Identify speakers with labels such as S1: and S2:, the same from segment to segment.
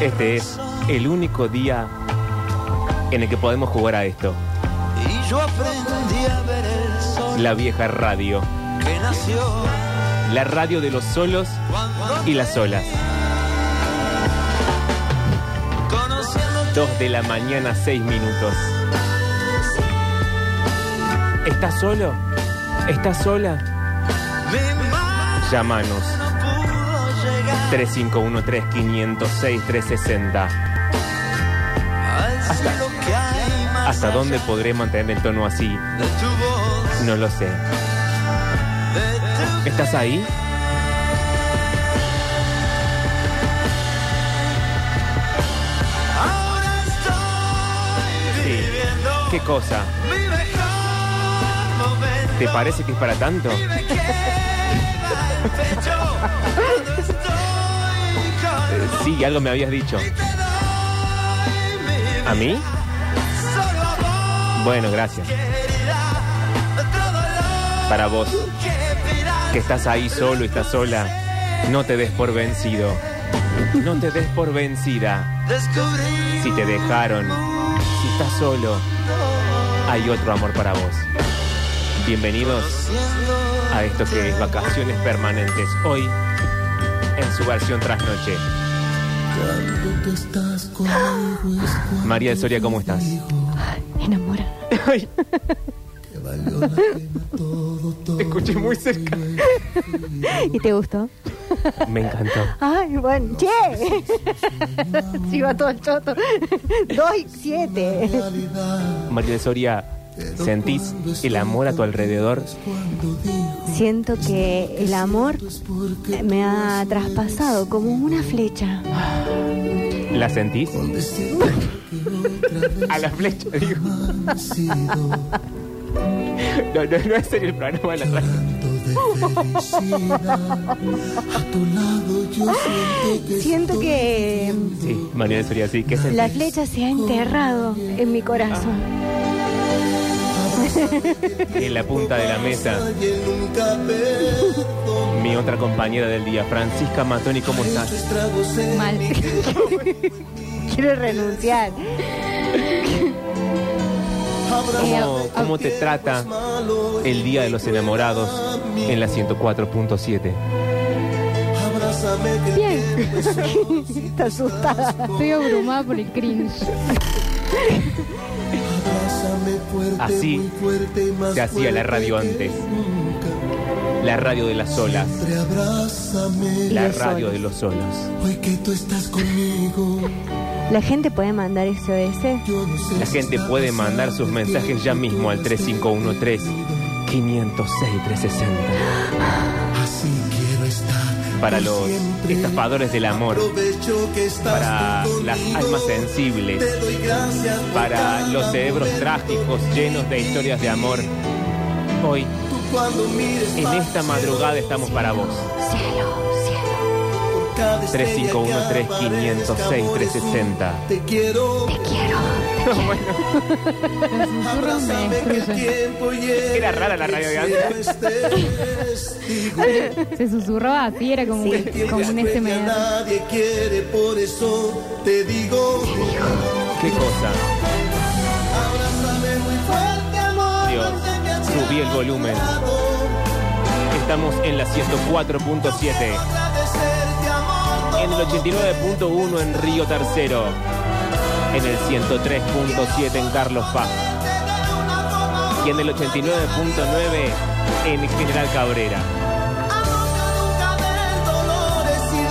S1: Este es el único día en el que podemos jugar a esto.
S2: Y yo aprendí a ver el sol
S1: La vieja radio.
S2: que nació
S1: La radio de los solos
S2: cuando
S1: y las olas.
S2: conociendo
S1: 2 de la mañana, 6 minutos. ¿Estás solo? ¿Estás sola?
S2: mi mano
S1: Llámanos.
S2: no pudo llegar
S1: 351-3506-360.
S2: al cielo que hay más
S1: ¿Hasta
S2: allá
S1: dónde podré mantener el tono así?
S2: de tu voz,
S1: No lo sé.
S2: de tu
S1: ¿Estás ahí?
S2: Ahora estoy
S1: Ah. Sí.
S2: viviendo
S1: ¿Qué cosa?
S2: mi mejor momento.
S1: ¿Te parece que es para tanto?
S2: Y me quema el pecho cuando estoy
S1: Eh,
S2: con
S1: Sí, algo me habías dicho.
S2: y te doy mi
S1: ¿A mí?
S2: solo amor,
S1: Bueno, gracias.
S2: querida, todo
S1: Para vos,
S2: lo que dirás.
S1: que estás ahí solo y estás sola, no te des por vencido. No te des por vencida.
S2: Descubrí
S1: Si te dejaron, si estás solo, hay otro amor para vos. Bienvenidos a esto que es Vacaciones Permanentes. Hoy, en su versión trasnoche. María del Soria, ¿cómo estás?
S3: Enamorada.
S1: Ay. Te escuché muy cerca.
S3: ¿Y te gustó?
S1: Me encantó.
S3: Ay, bueno, che. Sí, va todo el choto. Dos y siete.
S1: María de Soria, ¿sentís el amor a tu alrededor?
S3: Siento que el amor me ha traspasado como una flecha.
S1: ¿La sentís? A la flecha, digo. No, no, no es serio el programa de la radio.
S3: Siento que
S1: Sí, María de Soria, sí. ¿Qué sentís?
S3: la flecha se ha enterrado en mi corazón.
S1: En la punta de la mesa. Mi otra compañera del día, Francisca Matoni, ¿cómo estás?
S3: Mal. Quiero renunciar.
S1: ¿Cómo, cómo te trata el Día de los Enamorados en la 104.7?
S3: Bien. Está asustada.
S4: Estoy abrumada por el cringe.
S1: Así se hacía la radio antes. La radio de las olas, la
S3: Los
S1: radio
S3: solos.
S1: de los solos.
S5: Hoy que tú estás conmigo,
S3: La gente puede mandar SOS.
S5: yo no sé
S1: La
S5: si
S1: gente
S5: está
S1: puede mandar sus
S5: pasando
S1: mensajes ya mismo al 3513-506-360
S5: Así quiero estar
S1: para
S5: por
S1: los
S5: siempre.
S1: estafadores del amor,
S5: Aprovecho que estás
S1: para
S5: tú
S1: las
S5: conmigo.
S1: almas sensibles,
S5: Te doy gracias por
S1: para
S5: cada
S1: los cerebros
S5: momento.
S1: trágicos llenos de historias de amor. Hoy,
S5: Tú cuando mires
S1: en este
S5: para
S1: esta
S5: el
S1: madrugada,
S5: cielo,
S1: estamos para vos.
S3: Cielo, cielo.
S5: por cada estrella que
S1: 351-3506-360.
S5: aparezca, Te quiero.
S4: La susurra me destruye.
S1: Era rara la radio de antes.
S5: antes.
S4: Se susurraba así, era como, un- como este un SMR.
S5: Nadie quiere, por eso te digo.
S1: ¿Qué cosa?
S5: Abrázame muy fuerte, amor.
S1: Dios, subí el volumen. Estamos en la 104.7.
S5: Agradecerte, amor.
S1: en el 89.1 en Río Tercero, en el 103.7 en Carlos Paz y en el 89.9 en General Cabrera.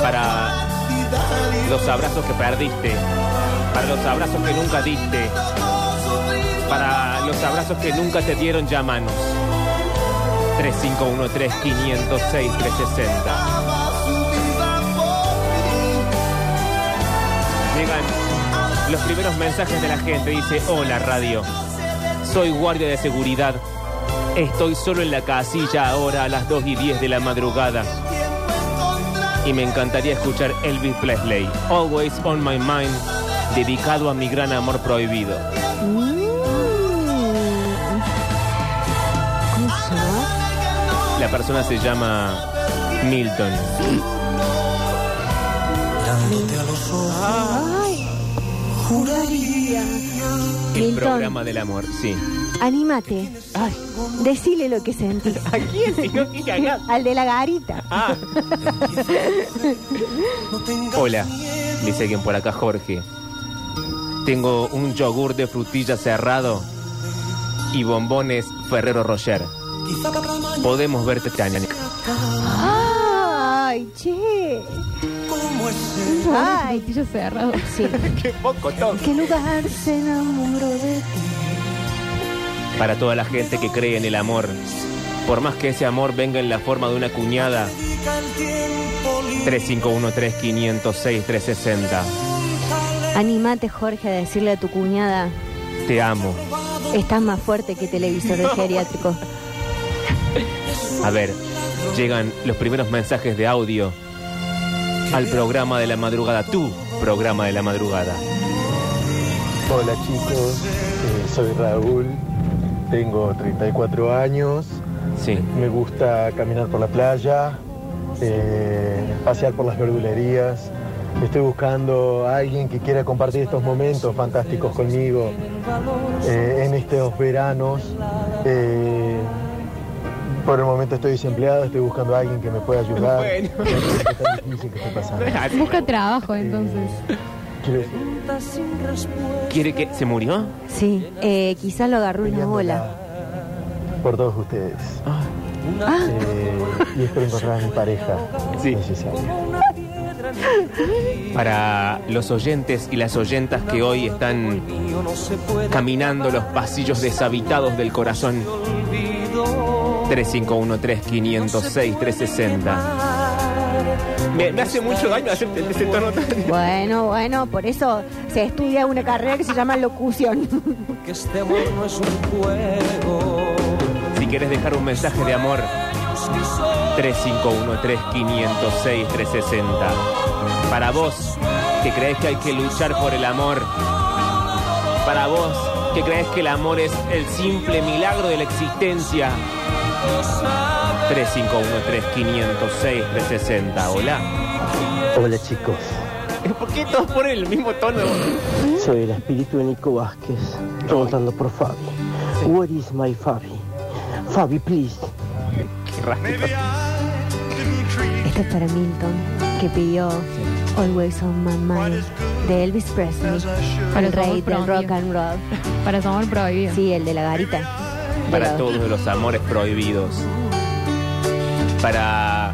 S1: Para los abrazos que perdiste, para los abrazos que nunca diste, para los abrazos que nunca te dieron ya manos. 3513-506-360. Llegan los primeros mensajes de la gente. Dice, hola radio, soy guardia de seguridad. Estoy solo en la casilla ahora a las 2 y 10 de la madrugada. Y me encantaría escuchar Elvis Presley, Always on My Mind, dedicado a mi gran amor prohibido.
S3: Mm. ¿Cómo se llama?
S1: La persona se llama Milton.
S5: mirándote a los ojos,
S3: Ay,
S5: juraría.
S1: El
S3: Milton.
S1: programa del amor, sí.
S3: anímate.
S1: Ay,
S3: Decile lo que sentís.
S1: ¿a quién? Si no dije a nada.
S3: Al de la garita.
S1: Ah.
S5: No tengas
S1: Hola, dice alguien por acá, Jorge. Tengo un yogur de frutilla cerrado y bombones Ferrero Rocher.
S5: quizá para mañana
S1: Podemos verte, este Titanic.
S3: Ay, che.
S5: como ese
S3: Ay,
S4: Yo cerrado.
S3: sí.
S1: ¡Qué poco todo!
S3: ¿Qué lugar se enamoró de ti?
S1: Para toda la gente que cree en el amor, por más que ese amor venga en la forma de una cuñada,
S5: dedica el tiempo libre.
S1: 351-3506-360.
S3: Anímate, Jorge, a decirle a tu cuñada,
S1: Te amo.
S3: estás más fuerte que televisor de geriátrico.
S1: A ver, llegan los primeros mensajes de audio al programa de la madrugada, tu programa de la madrugada.
S6: Hola chicos, Eh, soy Raúl, tengo 34 años,
S1: Sí.
S6: me gusta caminar por la playa, eh, pasear por las verdulerías. Estoy buscando a alguien que quiera compartir estos momentos fantásticos conmigo eh, en estos veranos. Eh, por el momento estoy desempleado, estoy buscando a alguien que me pueda ayudar.
S1: Bueno.
S6: Es tan difícil que estoy pasando.
S4: Busca trabajo entonces.
S6: Eh, quiero decir,
S1: ¿Quiere que se murió?
S3: Sí, eh, quizás lo agarró una bola.
S6: por todos ustedes.
S1: Ah,
S6: Eh, y espero encontrar a mi pareja
S1: Sí.
S6: necesaria.
S1: Para los oyentes y las oyentas que hoy están caminando los pasillos deshabitados del corazón. 351-3506-360. Me, me hace mucho daño hacer ese tono tan...
S3: Bueno, bueno, por eso se estudia una carrera que se llama locución.
S2: que este amor no es un juego.
S1: Si quieres dejar un mensaje de amor, 351-3506-360. Para vos, que crees que hay que luchar por el amor. Para vos, que crees que el amor es el simple milagro de la existencia. 351-3506-360. Hola.
S6: Hola chicos,
S1: ¿Por qué todos ponen el mismo tono?
S6: soy el espíritu de Nico Vázquez, preguntando por Fabi. Where is my Fabi? Fabi, please.
S1: Qué raro.
S3: Esto es para Milton, que pidió Always on My Mind de Elvis Presley,
S4: Para
S3: el rey del
S4: tomar propio.
S3: rock and roll.
S4: Para tomar prohibido.
S3: Sí, el de la garita. De
S1: Para
S3: los-
S1: todos los amores prohibidos. Para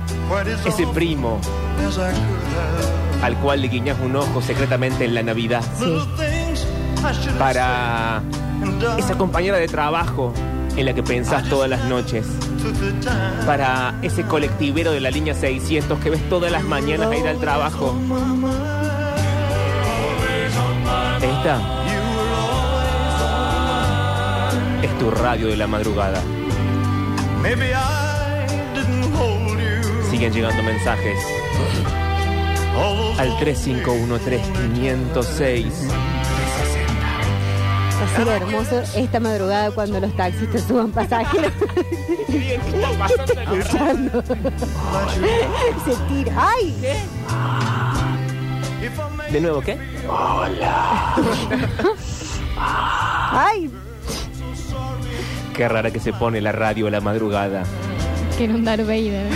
S1: ese primo al cual le guiñas un ojo secretamente en la Navidad.
S3: Sí.
S1: Para esa compañera de trabajo en la que pensás todas las noches. Para ese colectivero de la línea 600 que ves todas las mañanas a ir al trabajo. Esta es tu radio de la madrugada.
S5: Maybe I didn't hold you
S1: Siguen llegando mensajes
S5: all those
S1: al 351-3506.
S3: Va a ser hermoso esta madrugada cuando los taxistas suban pasajeros. Escuchando. Se tira. ¡Ay!
S1: De nuevo, ¿qué?
S3: ¡Ay!
S1: Qué rara que se pone la radio a la madrugada.
S4: Que era un Darth Vader.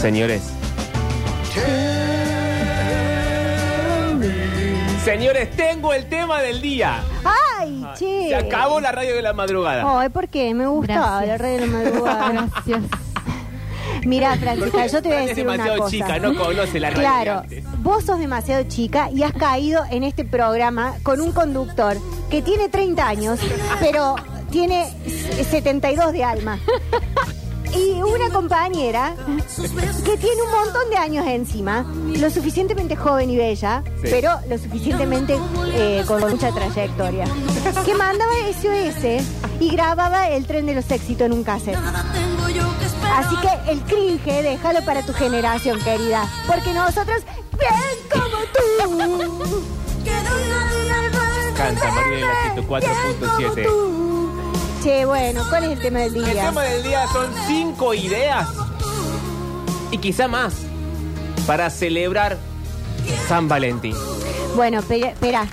S1: Señores. Señores, tengo el tema del día.
S3: ¡Ay, che!
S1: Se acabó la radio de la madrugada.
S3: Ay, ¿por qué? Me gustaba
S4: Gracias.
S3: la red de la madrugada.
S4: Gracias.
S3: Mira, Francisca, yo te voy a
S1: Fran es
S3: decir una
S1: demasiado
S3: cosa.
S1: chica, no conoce la radio
S3: Claro,
S1: de antes.
S3: vos sos demasiado chica y has caído en este programa con un conductor que tiene 30 años, pero tiene s- 72 de alma. Y una compañera que tiene un montón de años encima, lo suficientemente joven y bella,
S1: Sí.
S3: pero lo suficientemente eh, con mucha trayectoria, que mandaba SOS y grababa el tren de los éxitos en un cassette. Así que el cringe, déjalo para tu generación, querida. Porque nosotros, bien como tú.
S1: este, Canta María en la 104.7.
S3: Che, bueno, ¿cuál es el tema del
S1: El
S3: día?
S1: tema del día son cinco ideas y quizá más para celebrar San Valentín.
S3: Bueno, pe- espera.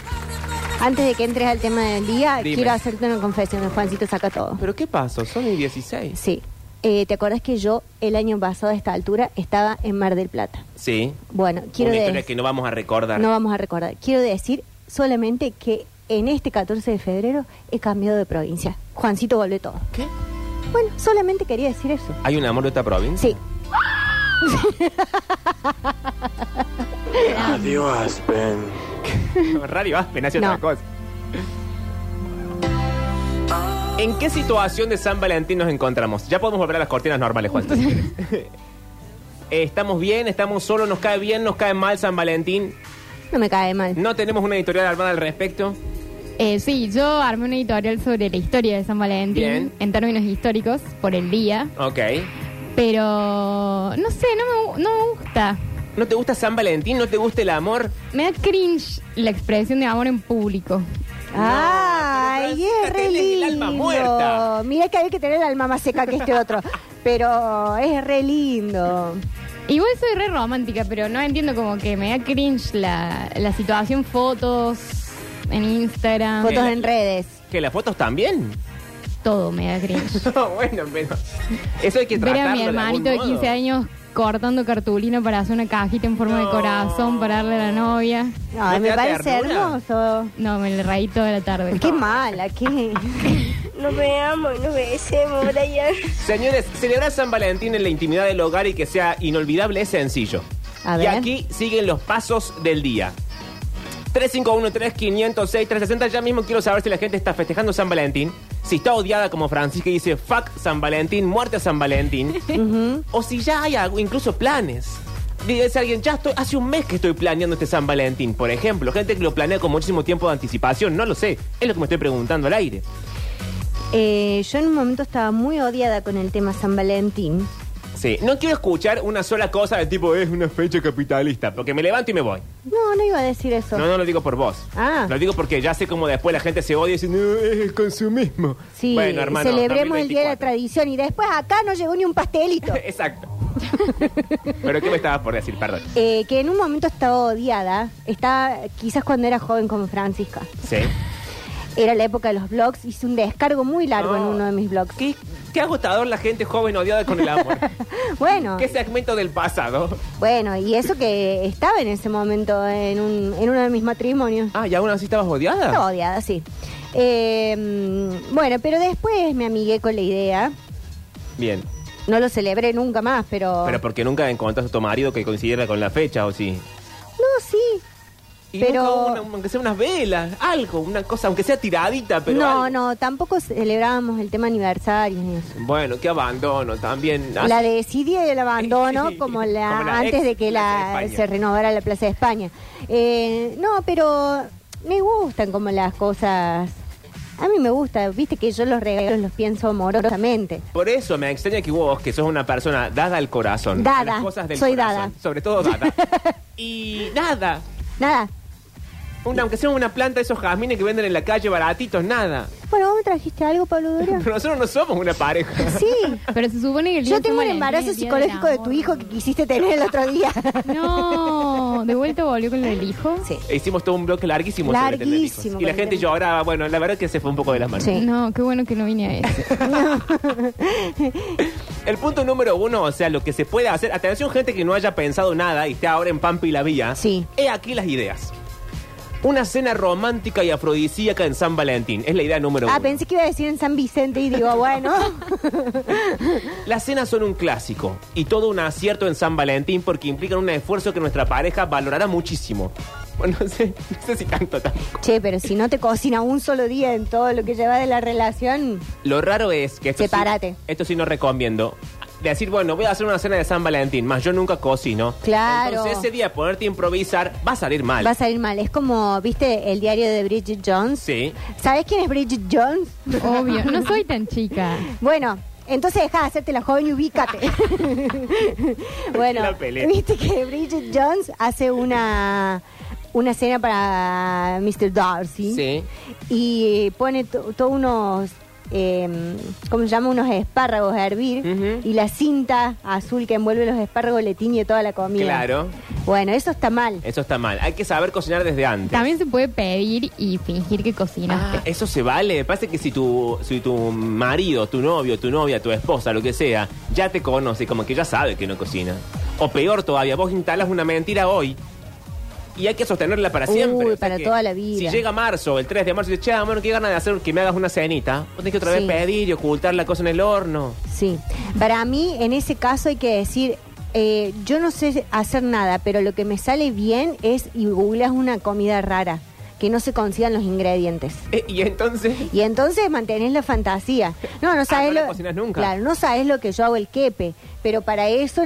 S3: Antes de que entres al tema del día,
S1: Dime.
S3: quiero hacerte una confesión. Juancito saca todo.
S1: ¿Pero qué pasó? Son y 16.
S3: Sí. Eh, ¿Te acordás que yo el año pasado a esta altura estaba en Mar del Plata?
S1: Sí.
S3: Bueno, quiero
S1: Una
S3: decir...
S1: historia que no vamos a recordar.
S3: No vamos a recordar. Quiero decir solamente que en este 14 de febrero he cambiado de provincia. Juancito vuelve todo.
S1: ¿Qué?
S3: Bueno, solamente quería decir eso.
S1: ¿Hay un amor de otra provincia?
S3: Sí.
S7: Radio Aspen.
S1: Radio Aspen hace
S3: No.
S1: otra cosa. ¿En qué situación de San Valentín nos encontramos? Ya podemos volver a las cortinas normales, Juan. si querés. ¿Estamos bien? ¿Estamos solos? ¿Nos cae bien? ¿Nos cae mal San Valentín?
S3: No me cae mal.
S1: ¿No tenemos una editorial armada al respecto?
S4: Eh, sí, yo armé una editorial sobre la historia de San Valentín
S1: Bien.
S4: en términos históricos, por el día,
S1: Ok.
S4: pero no sé, no me, gu- no me gusta.
S1: ¿No te gusta San Valentín? ¿No te gusta el amor?
S4: Me da cringe la expresión de amor en público.
S3: Ay,
S1: pero
S3: es
S1: Francita,
S3: re
S1: tenés el alma muerta.
S3: lindo. Mira que hay que tener el alma más seca que este otro. Pero es re lindo.
S4: Igual soy re romántica, pero no entiendo como que me da cringe la, la situación fotos en
S1: Ah,
S4: Instagram.
S3: Fotos en redes.
S1: ¿Que las fotos también?
S4: Todo me da cringe.
S1: No, bueno, pero... Eso hay que
S4: Ver
S1: tratarlo
S4: a mi
S1: de algún
S4: hermanito de
S1: modo.
S4: 15 años cortando cartulina para hacer una cajita en forma de corazón para darle a la novia.
S3: No,
S1: ¿No te
S3: me
S1: da
S3: parece
S1: ternura?
S3: hermoso.
S4: No, me le reí toda la tarde.
S3: Qué mala, qué.
S8: Nos veamos, nos besemos, Brian.
S1: Señores, celebrar San Valentín en la intimidad del hogar y que sea inolvidable es sencillo.
S3: A
S1: Y
S3: ver.
S1: aquí siguen los pasos del día. 351-3506-360. Ya mismo quiero saber si la gente está festejando San Valentín. Si está odiada como Francisca y dice fuck San Valentín, muerte a San Valentín. O si ya hay algo, incluso planes. Dice alguien, ya estoy, hace un mes que estoy planeando este San Valentín, por ejemplo. Gente que lo planea con muchísimo tiempo de anticipación, no lo sé. Es lo que me estoy preguntando al aire.
S3: Eh, yo en un momento estaba muy odiada con el tema San Valentín.
S1: Sí, no quiero escuchar una sola cosa del tipo es una fecha capitalista, porque me levanto y me voy.
S3: No, no iba a decir eso.
S1: No, no lo digo por vos.
S3: Ah.
S1: Lo digo porque ya sé cómo después la gente se odia y dice, no, es el consumismo.
S3: Sí,
S1: bueno, hermano,
S3: celebremos el Día de la
S1: 2024.
S3: Tradición y después acá no llegó ni un pastelito.
S1: Exacto. Pero ¿qué me estabas por decir? Perdón.
S3: Eh, que en un momento estaba odiada, estaba quizás cuando era joven como Francisca.
S1: Sí.
S3: Era la época de los blogs, hice un descargo muy largo
S1: No.
S3: en uno de mis blogs.
S1: ¿Qué, qué agotador la gente joven odiada con el amor.
S3: Bueno,
S1: ¿Qué segmento del pasado?
S3: bueno, y eso que estaba en ese momento en, un- en uno de mis matrimonios.
S1: Ah, ¿y aún así estabas odiada?
S3: Estaba odiada, sí. Eh, mm, bueno, pero después me amigué con la idea.
S1: Bien.
S3: No lo celebré nunca más, pero...
S1: Pero porque nunca encontraste a tu marido que coincidiera con la fecha, ¿o sí?
S3: No, sí,
S1: Y
S3: Pero-
S1: nunca hubo una- aunque sea unas velas, algo, una cosa, aunque sea tiradita, pero.
S3: no,
S1: algo.
S3: no, tampoco celebrábamos el tema aniversario ni eso.
S1: Bueno, qué abandono también. Ah,
S3: La desidia y el abandono,
S1: Sí,
S3: como la,
S1: como la
S3: antes
S1: ex
S3: de que
S1: Plaza de
S3: la,
S1: España.
S3: se renovara la Plaza de España. Eh, no, pero me gustan como las cosas. A mí me gusta, viste que yo los regalos los pienso amorosamente.
S1: Por eso me extraña que vos, que sos una persona dada al corazón.
S3: Dada.
S1: a las cosas del
S3: Soy
S1: corazón,
S3: dada.
S1: Sobre todo dada. y nada.
S3: Nada.
S1: Una- aunque sea una planta de esos jazmines que venden en la calle baratitos, nada.
S3: Bueno, vos me trajiste algo, Pablo Durio.
S1: Pero nosotros no somos una pareja.
S3: Sí.
S4: Pero se supone que el día
S3: Yo
S4: de
S3: tengo un
S4: San
S3: embarazo
S4: Valentín es el día
S3: psicológico de
S4: del
S3: tu
S4: amor.
S3: hijo que quisiste tener el otro día.
S4: No, de vuelta volvió con el hijo.
S3: Sí.
S1: Hicimos todo un bloque larguísimo. sobre tener hijos.
S3: Larguísimo,
S1: Y la
S3: con
S1: gente
S3: el-
S1: lloraba. Bueno, la verdad que se fue un poco de las manos.
S3: Sí.
S4: No, qué bueno que no vine a eso.
S1: El punto número uno, o sea, lo que se puede hacer, atención gente que no haya pensado nada y esté ahora en Pampa y la Vía,
S3: Sí.
S1: he aquí las ideas. Una cena romántica y afrodisíaca en San Valentín, es la idea número
S3: Ah,
S1: uno.
S3: pensé que iba a decir en San Vicente y digo, bueno.
S1: Las cenas son un clásico y todo un acierto en San Valentín porque implican un esfuerzo que nuestra pareja valorará muchísimo. Bueno, no sé, no sé si tanto, tanto.
S3: Che, pero si no te cocina un solo día en todo lo que lleva de la relación,
S1: Lo raro es que esto
S3: Sepárate.
S1: Sí, esto sí no recomiendo. Decir, bueno, voy a hacer una cena de San Valentín, más yo nunca cocino.
S3: Claro.
S1: Entonces ese día ponerte a improvisar va a salir mal.
S3: Va a salir mal. Es como, ¿viste el diario de Bridget Jones?
S1: Sí.
S3: ¿Sabes quién es Bridget Jones?
S4: Obvio, no soy tan chica.
S3: Bueno, entonces deja de hacerte la joven y ubícate. bueno,
S1: La pelea.
S3: ¿viste que Bridget Jones hace una una cena para Mr. Darcy?
S1: Sí.
S3: Y pone to- todos unos eh, ¿cómo se llama? Unos espárragos a hervir
S1: Ujú.
S3: y la cinta azul que envuelve los espárragos le tiñe toda la comida.
S1: Claro. Eh.
S3: Bueno, eso está mal.
S1: Eso está mal. Hay que saber cocinar desde antes.
S4: También se puede pedir y fingir que cocinaste.
S1: Ah, eso se vale. Parece que si tu, si tu marido, tu novio, tu novia, tu esposa, lo que sea, ya te conoce, como que ya sabe que no cocina. O peor todavía, vos instalas una mentira hoy y hay que sostenerla para
S3: Uy,
S1: siempre.
S3: para
S1: que
S3: toda la vida.
S1: Si llega marzo, el 3 de marzo, y dices, che, amor, qué ganas de hacer que me hagas una cenita. Vos tenés que otra
S3: Sí.
S1: vez pedir y ocultar la cosa en el horno.
S3: Sí. Para mí, en ese caso hay que decir, eh, yo no sé hacer nada, pero lo que me sale bien es y googleas una comida rara, que no se consigan los ingredientes.
S1: Eh, y entonces.
S3: Y entonces mantenés la fantasía. No, no
S1: Ah,
S3: sabes
S1: no la
S3: lo.
S1: cocinas nunca.
S3: Claro, no sabes lo que yo hago el quepe, pero para eso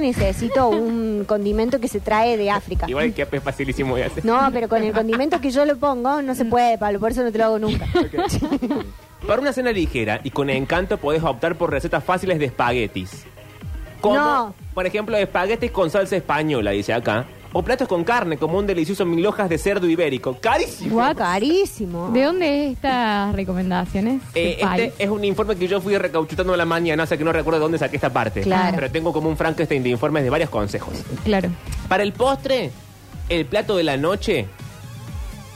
S3: necesito un condimento que se trae de África.
S1: Igual que es facilísimo de hacer.
S3: No, pero con el condimento que yo le pongo no se puede, Pablo, por eso no te lo hago nunca.
S1: Para una cena ligera y con encanto podés optar por recetas fáciles de espaguetis. Como,
S3: No.
S1: por ejemplo, espaguetis con salsa española, dice acá. O platos con carne, como un delicioso mil hojas de cerdo ibérico. ¡Carísimo!
S4: Guau,
S3: Carísimo.
S4: ¿De dónde es estas recomendaciones?
S1: Eh,
S4: ¿Qué país?
S1: este es un informe que yo fui recauchutando a la mañana, o sea que no recuerdo de dónde saqué esta parte.
S3: Claro.
S1: Pero tengo como un Frankenstein de informes de varios consejos.
S4: Claro.
S1: Para el postre, el plato de la noche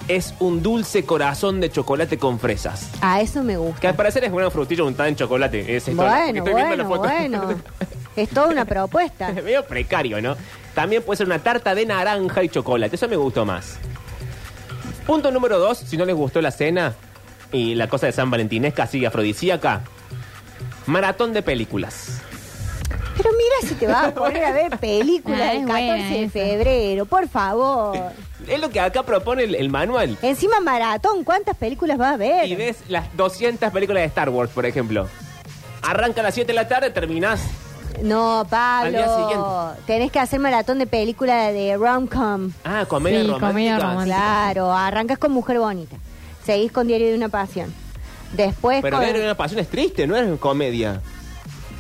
S1: es un dulce corazón de chocolate con fresas.
S3: A eso me
S1: Que
S3: gusta.
S1: al parecer es una frutilla untada en chocolate. Es esto,
S3: Bueno,
S1: estoy viendo
S3: bueno,
S1: la foto.
S3: bueno. Es toda una propuesta.
S1: Medio precario, ¿no? También puede ser una tarta de naranja y chocolate. Eso me gustó más. Punto número dos, si no les gustó la cena y la cosa de San Valentín es casi afrodisíaca. Maratón de películas.
S3: Pero mira si te vas a poner a ver películas
S4: Ah,
S3: el
S4: es buena
S3: 14 de
S4: esa.
S3: febrero, por favor.
S1: Es lo que acá propone el, el manual.
S3: Encima maratón, ¿cuántas películas vas a ver?
S1: Y ves las 200 películas de Star Wars, por ejemplo. Arranca a las 7 de la tarde, terminás.
S3: No,
S1: Al día siguiente.
S3: Pablo, tenés que hacer maratón de película de rom-com.
S1: Ah, comedia
S4: Sí,
S1: romántica.
S4: comedia romántica.
S3: Claro, arrancas con Mujer Bonita, seguís con Diario de una Pasión, después
S1: Pero
S3: con...
S1: ver una pasión es triste, no es comedia.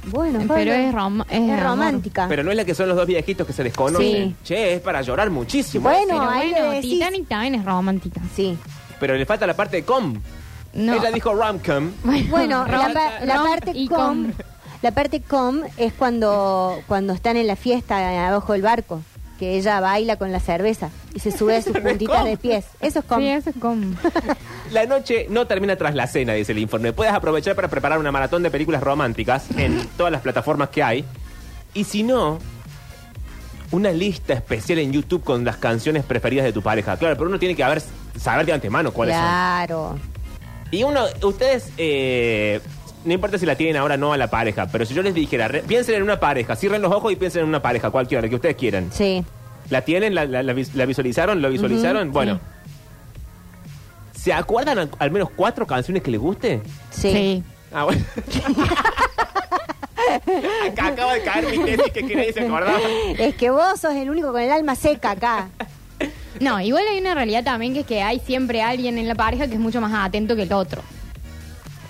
S3: Bueno,
S4: Pero
S3: Pablo,
S4: es rom- es amor.
S3: romántica.
S1: Pero no es la que son los dos viejitos que se desconocen.
S3: Sí.
S1: Che, es para llorar muchísimo.
S3: Bueno,
S4: Pero
S3: ahí le
S4: bueno,
S3: decís-
S4: Titanic también es romántica.
S3: Sí.
S1: Pero le falta la parte de com.
S4: No.
S1: Ella dijo rom-com.
S3: Bueno, la,
S4: rom-
S3: pa- la
S4: rom
S3: parte
S4: y
S3: com, la parte com es cuando cuando están en la fiesta abajo del barco, que ella baila con la cerveza y se sube a sus
S1: Eso no es
S3: puntitas
S1: com.
S3: de pies. Eso es com.
S4: Sí, eso es com.
S1: La noche no termina tras la cena, dice el informe. Puedes aprovechar para preparar una maratón de películas románticas en todas las plataformas que hay. Y si no, una lista especial en YouTube con las canciones preferidas de tu pareja. Claro, pero uno tiene que haber, saber de antemano cuáles
S3: claro.
S1: son. Y uno, ustedes, eh, no importa si la tienen ahora o no a la pareja, pero si yo les dijera, re- piensen en una pareja, cierren los ojos y piensen en una pareja, cualquiera, la que ustedes quieran.
S3: Sí.
S1: ¿La tienen? ¿La, la- la vis- la visualizaron? ¿Lo visualizaron? bueno. ¿Se acuerdan al, al menos cuatro canciones que les guste?
S3: Sí.
S1: Ah, bueno. Acá acaba de caer mi tesis que quería se acordaba.
S3: Es que vos sos el único con el alma seca acá.
S4: No, igual hay una realidad también que es que hay siempre alguien en la pareja que es mucho más atento que el otro.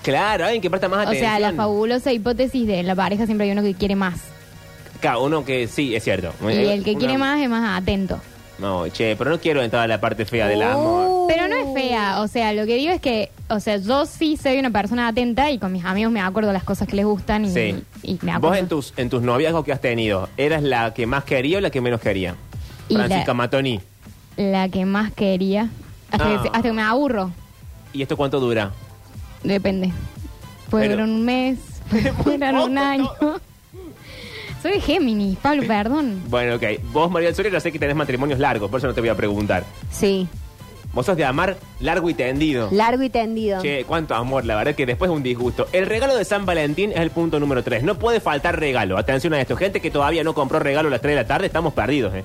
S1: Claro, alguien que presta más
S4: O
S1: atención.
S4: sea, la fabulosa hipótesis de en la pareja siempre hay uno que quiere más.
S1: Claro, uno que sí, es cierto.
S4: Y el que
S1: Uno-
S4: quiere más es más atento.
S1: No, che, pero no quiero entrar a la parte fea del amor.
S3: Uh.
S4: Pero no es fea, o sea, lo que digo es que, o sea, yo sí soy una persona atenta y con mis amigos me acuerdo las cosas que les gustan y,
S1: Sí.
S4: y me acuerdo.
S1: Vos en tus, en tus noviazgos que has tenido, ¿eras la que más quería o la que menos quería?
S4: Y la-
S1: Francisca Matoni.
S4: La que más quería, hasta,
S1: Ah.
S4: que, hasta que me aburro,
S1: ¿Y esto cuánto dura?
S4: depende. Puede
S1: Pero-
S4: durar un mes, puede durar un año. Soy Géminis, Pablo, perdón.
S1: Bueno, ok. Vos, María del Sol, ya sé que tenés matrimonios largos, por eso no te voy a preguntar.
S3: Sí.
S1: Vos sos de amar largo y tendido.
S3: Largo y tendido.
S1: Che, cuánto amor, la verdad que después es un disgusto. El regalo de San Valentín es el punto número 3. No puede faltar regalo. Atención a esto. Gente que todavía no compró regalo a las 3 de la tarde, estamos perdidos, eh.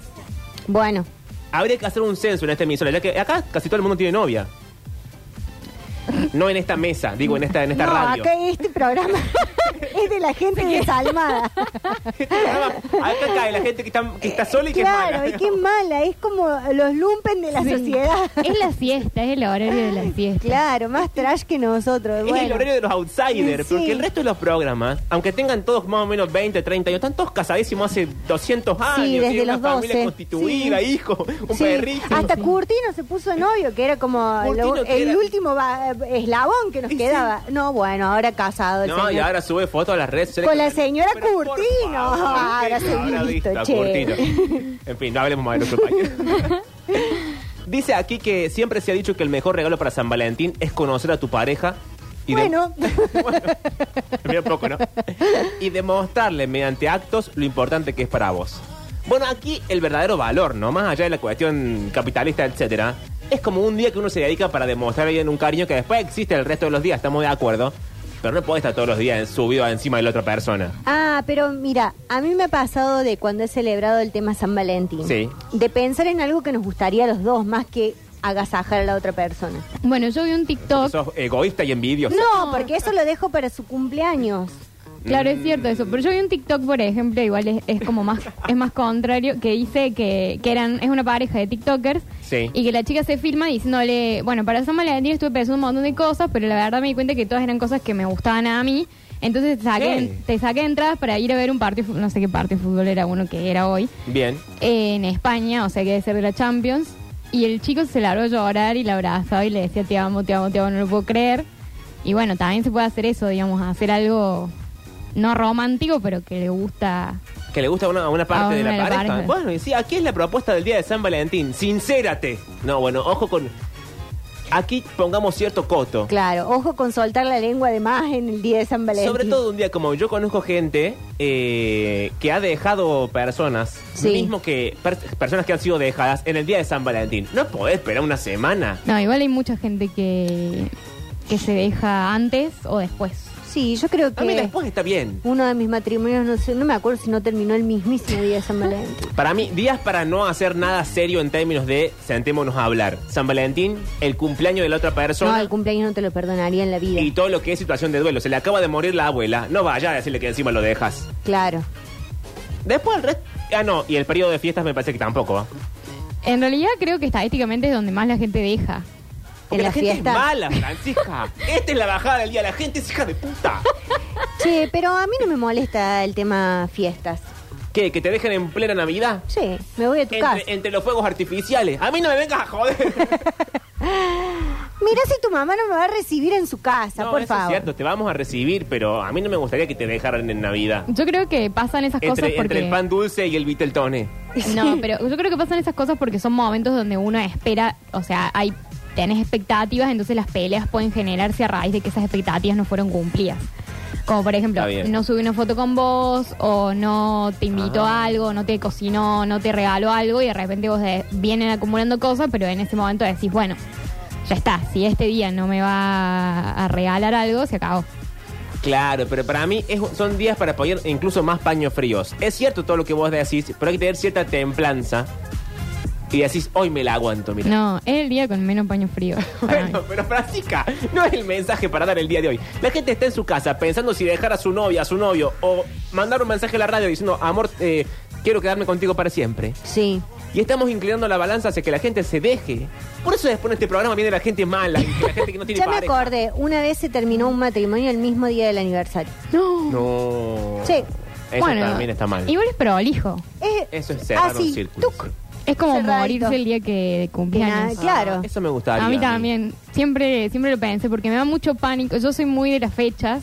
S3: Bueno.
S1: Habría que hacer un censo en esta emisora, ya que acá casi todo el mundo tiene novia. No en esta mesa, digo, en esta, en esta
S3: no,
S1: radio.
S3: acá este programa es de la gente desalmada.
S1: acá cae la gente que está, que está sola y que es
S3: claro,
S1: mala.
S3: y qué mala. Es como los lumpen de la
S4: Sí.
S3: sociedad.
S4: Es la siesta, es el horario de la siesta.
S3: Claro, más trash que nosotros.
S1: Es el
S3: bueno.
S1: horario de los outsiders,
S3: Sí.
S1: porque el resto de los programas, aunque tengan todos más o menos 20, 30 años, están todos casadísimos hace 200 años,
S3: desde
S1: tienen una
S3: los
S1: familia
S3: 12.
S1: constituida,
S3: Sí.
S1: hijo, un
S3: Sí,
S1: perrito.
S3: Hasta Curtino se puso novio, que era como lo-
S1: Curtino, que
S3: el
S1: era-
S3: último va- eh, eslabón que nos quedaba. No, bueno, ahora casado. el
S1: No,
S3: señor.
S1: y ahora sube fotos a las redes sociales.
S3: Con la señora
S1: Pero por
S3: Curtino.
S1: favor,
S3: Ahora se
S1: ahora
S3: visto,
S1: visto,
S3: che.
S1: Curtino. En fin, no hablemos más de nuestro país. Dice aquí que siempre se ha dicho que el mejor regalo para San Valentín es conocer a tu pareja. Y de-
S3: Bueno,
S1: Mira poco, ¿no? Y demostrarle mediante actos lo importante que es para vos. Bueno, aquí el verdadero valor, ¿no? Más allá de la cuestión capitalista, etcétera, es como un día que uno se dedica para demostrar a alguien un cariño que después existe el resto de los días, estamos de acuerdo. Pero no puede estar todos los días subido encima de la otra persona.
S3: ah, pero mira, a mí me ha pasado de cuando he celebrado el tema San Valentín.
S1: Sí.
S3: De pensar en algo que nos gustaría a los dos más que agasajar a la otra persona.
S4: Bueno, yo vi un TikTok.
S1: Sos egoísta y envidioso.
S3: No, porque eso lo dejo para su cumpleaños.
S4: Claro, es cierto eso. Pero yo vi un TikTok, por ejemplo, igual es, es como más es más contrario, que dice que, que eran es una pareja de TikTokers
S1: Sí.
S4: y que la chica se filma diciéndole, bueno, para San Valentín estuve pensando un montón de cosas, pero la verdad me di cuenta que todas eran cosas que me gustaban a mí. Entonces te saqué,
S1: ¿Qué?
S4: te saqué entradas para ir a ver un partido, de fu- no sé qué partido de fútbol era uno que era hoy,
S1: Bien.
S4: en España, o sea que debe ser de la Champions. Y el chico se largó a llorar y la abrazaba y le decía, te amo, te amo, te amo, no lo puedo creer. Y bueno, también se puede hacer eso, digamos, hacer algo no romántico, pero que le gusta.
S1: Que le gusta a una, a una parte
S4: A
S1: de
S4: una
S1: la
S4: de la
S1: pareja.
S4: pareja.
S1: Bueno, y sí, aquí es la propuesta del día de San Valentín. Sincérate. No, bueno, ojo con. Aquí pongamos cierto coto.
S3: Claro, ojo con soltar la lengua de más en el día de San Valentín.
S1: Sobre todo un día como yo conozco gente eh, que ha dejado personas,
S3: Sí.
S1: mismo que per- personas que han sido dejadas en el día de San Valentín. No podés esperar una semana.
S4: No, igual hay mucha gente que, que se deja antes o después.
S3: Sí, yo creo
S1: A mí
S3: que
S1: después está bien.
S3: uno de mis matrimonios, no sé, no me acuerdo si no terminó el mismísimo día de San Valentín.
S1: Para mí, días para no hacer nada serio en términos de sentémonos a hablar. San Valentín, el cumpleaños de la otra
S3: No,
S1: persona.
S3: el cumpleaños no te lo perdonaría en la vida.
S1: y todo lo que es situación de duelo. Se le acaba de morir la abuela. No vaya a decirle que encima lo dejas.
S3: Claro.
S1: Después el resto. Ah, no. Y el periodo de fiestas me parece que tampoco. ¿eh?
S4: En realidad creo que estadísticamente es donde más la gente deja.
S1: Porque
S3: En
S1: la,
S3: las
S1: gente
S3: fiestas.
S1: es mala, Francisca. Esta es la bajada del día. La gente es hija de puta.
S3: Che, pero a mí no me molesta el tema fiestas.
S1: ¿Qué? ¿Que te dejen en plena Navidad?
S3: Sí, me voy a tu casa.
S1: Entre, entre los fuegos artificiales. A mí no me vengas a joder.
S3: Mira si tu mamá no me va a recibir en su casa,
S1: No,
S3: por
S1: eso es
S3: favor.
S1: cierto, te vamos a recibir, pero a mí no me gustaría que te dejaran en Navidad.
S4: Yo creo que pasan esas cosas
S1: Entre,
S4: porque.
S1: entre el pan dulce y el Viteltone.
S4: No, pero yo creo que pasan esas cosas porque son momentos donde uno espera, o sea, hay tenés expectativas, entonces las peleas pueden generarse a raíz de que esas expectativas no fueron cumplidas. Como por ejemplo,
S1: Está bien.
S4: no subí una foto con vos, o no te invitó
S1: Ah.
S4: a algo, no te cocinó, no te regaló algo, y de repente vos de- vienen acumulando cosas, pero en ese momento decís, bueno, ya está, si este día no me va a regalar algo, se acabó.
S1: Claro, pero para mí es- son días para apoyar incluso más paños fríos. Es cierto todo lo que vos decís, pero hay que tener cierta templanza. Y decís, hoy me la aguanto, mira.
S4: No, es el día con menos paño frío. para mí.
S1: Bueno, pero Francisca, no es el mensaje para dar el día de hoy. La gente está en su casa pensando si dejar a su novia, a su novio, o mandar un mensaje a la radio diciendo, amor, eh, quiero quedarme contigo para siempre.
S3: Sí.
S1: Y estamos inclinando la balanza hacia que la gente se deje. Por eso después en este programa viene la gente mala, y la gente que no tiene
S3: Ya me
S1: pareja.
S3: acordé, una vez se terminó un matrimonio el mismo día del aniversario.
S4: No.
S1: No.
S3: Sí.
S1: Eso también está mal.
S4: Igual es prolijo.
S3: Eh,
S1: Eso es cerrar
S3: así,
S1: un círculo.
S3: tuc.
S1: sí.
S4: Es como
S3: Cerradito.
S4: morirse el día que cumplís
S3: Nada,
S4: años.
S3: Claro.
S1: Eso me gustaría.
S4: A mí también. Siempre, siempre lo pensé porque me da mucho pánico. Yo soy muy de las fechas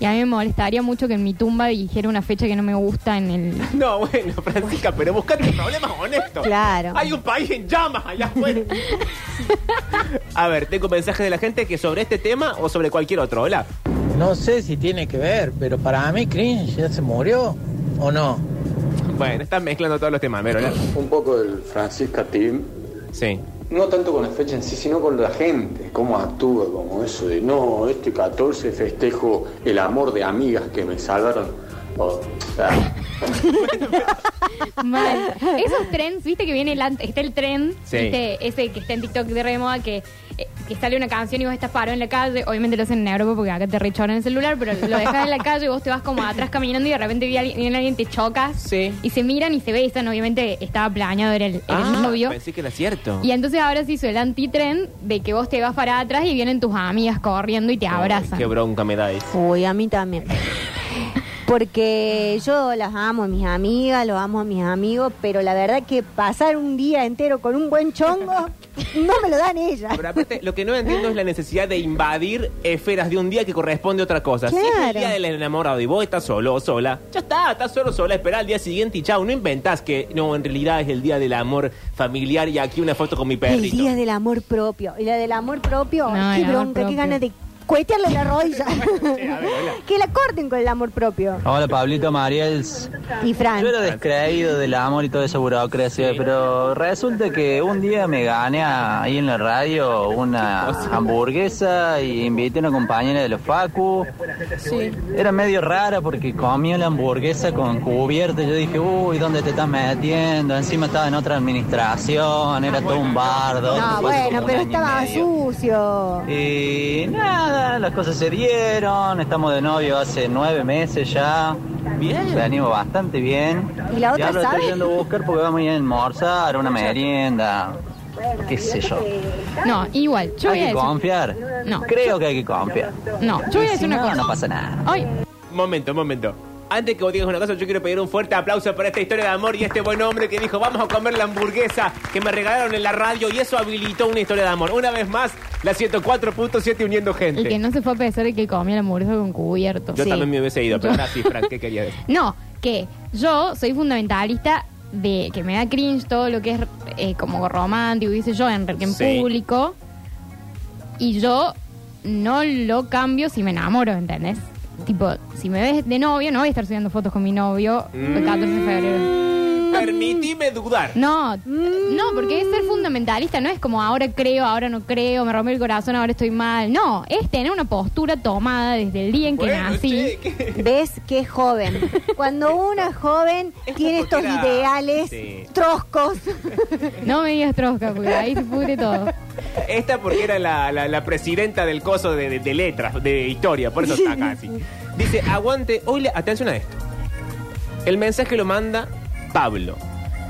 S4: y a mí me molestaría mucho que en mi tumba dijera una fecha que no me gusta en el...
S1: No, bueno, Francisca, pero buscate problemas honestos.
S3: Claro.
S1: Hay un país en llamas allá afuera. A ver, tengo mensajes de la gente que sobre este tema o sobre cualquier otro. Hola.
S7: No sé si tiene que ver, pero para mí Cringe ya se murió o no.
S1: Bueno, están mezclando todos los temas, pero hola.
S9: Un poco del Francisca Tim,
S1: Sí.
S9: no tanto con la fecha en sí, sino con la gente, cómo actúa, como eso de no, este 14 festejo el amor de amigas que me salvaron. O sea,
S4: Mal. Esos trends, viste que viene el ant- está el tren,
S1: Sí.
S4: viste, ese que está en TikTok de remoda que, eh, que sale una canción y vos estás parado en la calle, obviamente lo hacen en Europa porque acá te rechoran el celular, pero lo dejas en la calle y vos te vas como atrás caminando y de repente viene alguien, viene alguien, te choca
S1: Sí.
S4: y se miran y se besan, obviamente estaba planeado, era el, era el novio.
S1: Ah, pensé que era cierto.
S4: Y entonces ahora se hizo el antitren de que vos te vas para atrás y vienen tus amigas corriendo y te
S1: Ay,
S4: abrazan.
S1: Qué bronca me dais.
S3: Uy, a mí también. Porque yo las amo a mis amigas, los amo a mis amigos, pero la verdad que pasar un día entero con un buen chongo no me lo dan ellas.
S1: Pero aparte, lo que no entiendo es la necesidad de invadir esferas de un día que corresponde a otra cosa. Si es el
S3: Claro.
S1: día del enamorado y vos estás solo o sola, ya está, estás solo o sola, espera al día siguiente y chao. No inventás que no, en realidad es el día del amor familiar y aquí una foto con mi
S3: El
S1: perrito.
S3: día del amor propio. Y la del amor propio,
S4: No,
S3: qué
S4: el amor
S3: bronca, qué
S4: propio.
S3: ganas de cuetearle la rodilla. que la corten con el amor propio.
S2: Hola Pablito Mariel.
S3: Y Fran.
S2: Yo era descreído del amor y toda esa burocracia, pero resulta que un día me gané ahí en la radio una hamburguesa y invité a una compañera de los Facu.
S4: Sí.
S2: Era medio rara porque comía la hamburguesa con cubierta. Yo dije, uy, ¿dónde te estás metiendo? Encima estaba en otra administración, era todo un bardo.
S3: No,
S2: Fue hace
S3: bueno,
S2: como un
S3: pero
S2: año y
S3: estaba
S2: medio.
S3: sucio.
S2: Y nada, las cosas se dieron, estamos de novio hace nueve meses ya.
S1: Bien.
S2: Venimos bastante bien.
S3: ¿Y la otra
S2: ahora
S3: sabe?
S2: estoy yendo a buscar porque vamos a ir a almorzar, una merienda, qué sé yo.
S4: No, igual, yo voy
S2: hay
S4: a
S2: que
S4: decir.
S2: confiar.
S4: No.
S2: Creo que hay que confiar.
S4: No, yo voy a
S2: Si
S4: decir una
S2: no,
S4: cosa.
S2: no pasa nada.
S4: Ay,
S1: Momento, momento. Antes que vos digas una cosa, yo quiero pedir un fuerte aplauso por esta historia de amor y este buen hombre que dijo, vamos a comer la hamburguesa que me regalaron en la radio y eso habilitó una historia de amor. Una vez más, la 104.7 uniendo gente.
S4: el que no se fue a pesar de que comía la hamburguesa con cubierto.
S1: Yo
S4: Sí.
S1: también me hubiese ido, pero ahora sí, Frank, ¿qué quería decir?
S4: No, que yo soy fundamentalista de que me da cringe todo lo que es eh, como romántico, dice yo, en, en
S1: Sí.
S4: público. Y yo no lo cambio si me enamoro, ¿entendés? Tipo, si me ves de novio, no voy a estar subiendo fotos con mi novio
S1: Mm.
S4: el 14 de febrero.
S1: Permitime dudar.
S4: No, no, porque es ser fundamentalista, no es como ahora creo, ahora no creo, me rompe el corazón, ahora estoy mal. No, es tener una postura tomada desde el día en que
S1: Bueno,
S4: nací.
S1: che, ¿qué?
S3: ¿Ves que es joven? Cuando una es joven
S1: Esto
S3: tiene
S1: porque
S3: estos
S1: era-
S3: ideales
S1: Sí.
S3: troscos.
S4: No me digas trosca, porque ahí se pudre todo.
S1: Esta porque era la, la- la presidenta del coso de, de- de letras, de historia, por eso está acá así. Dice, aguante, hoy le- atención a esto. El mensaje lo manda Pablo.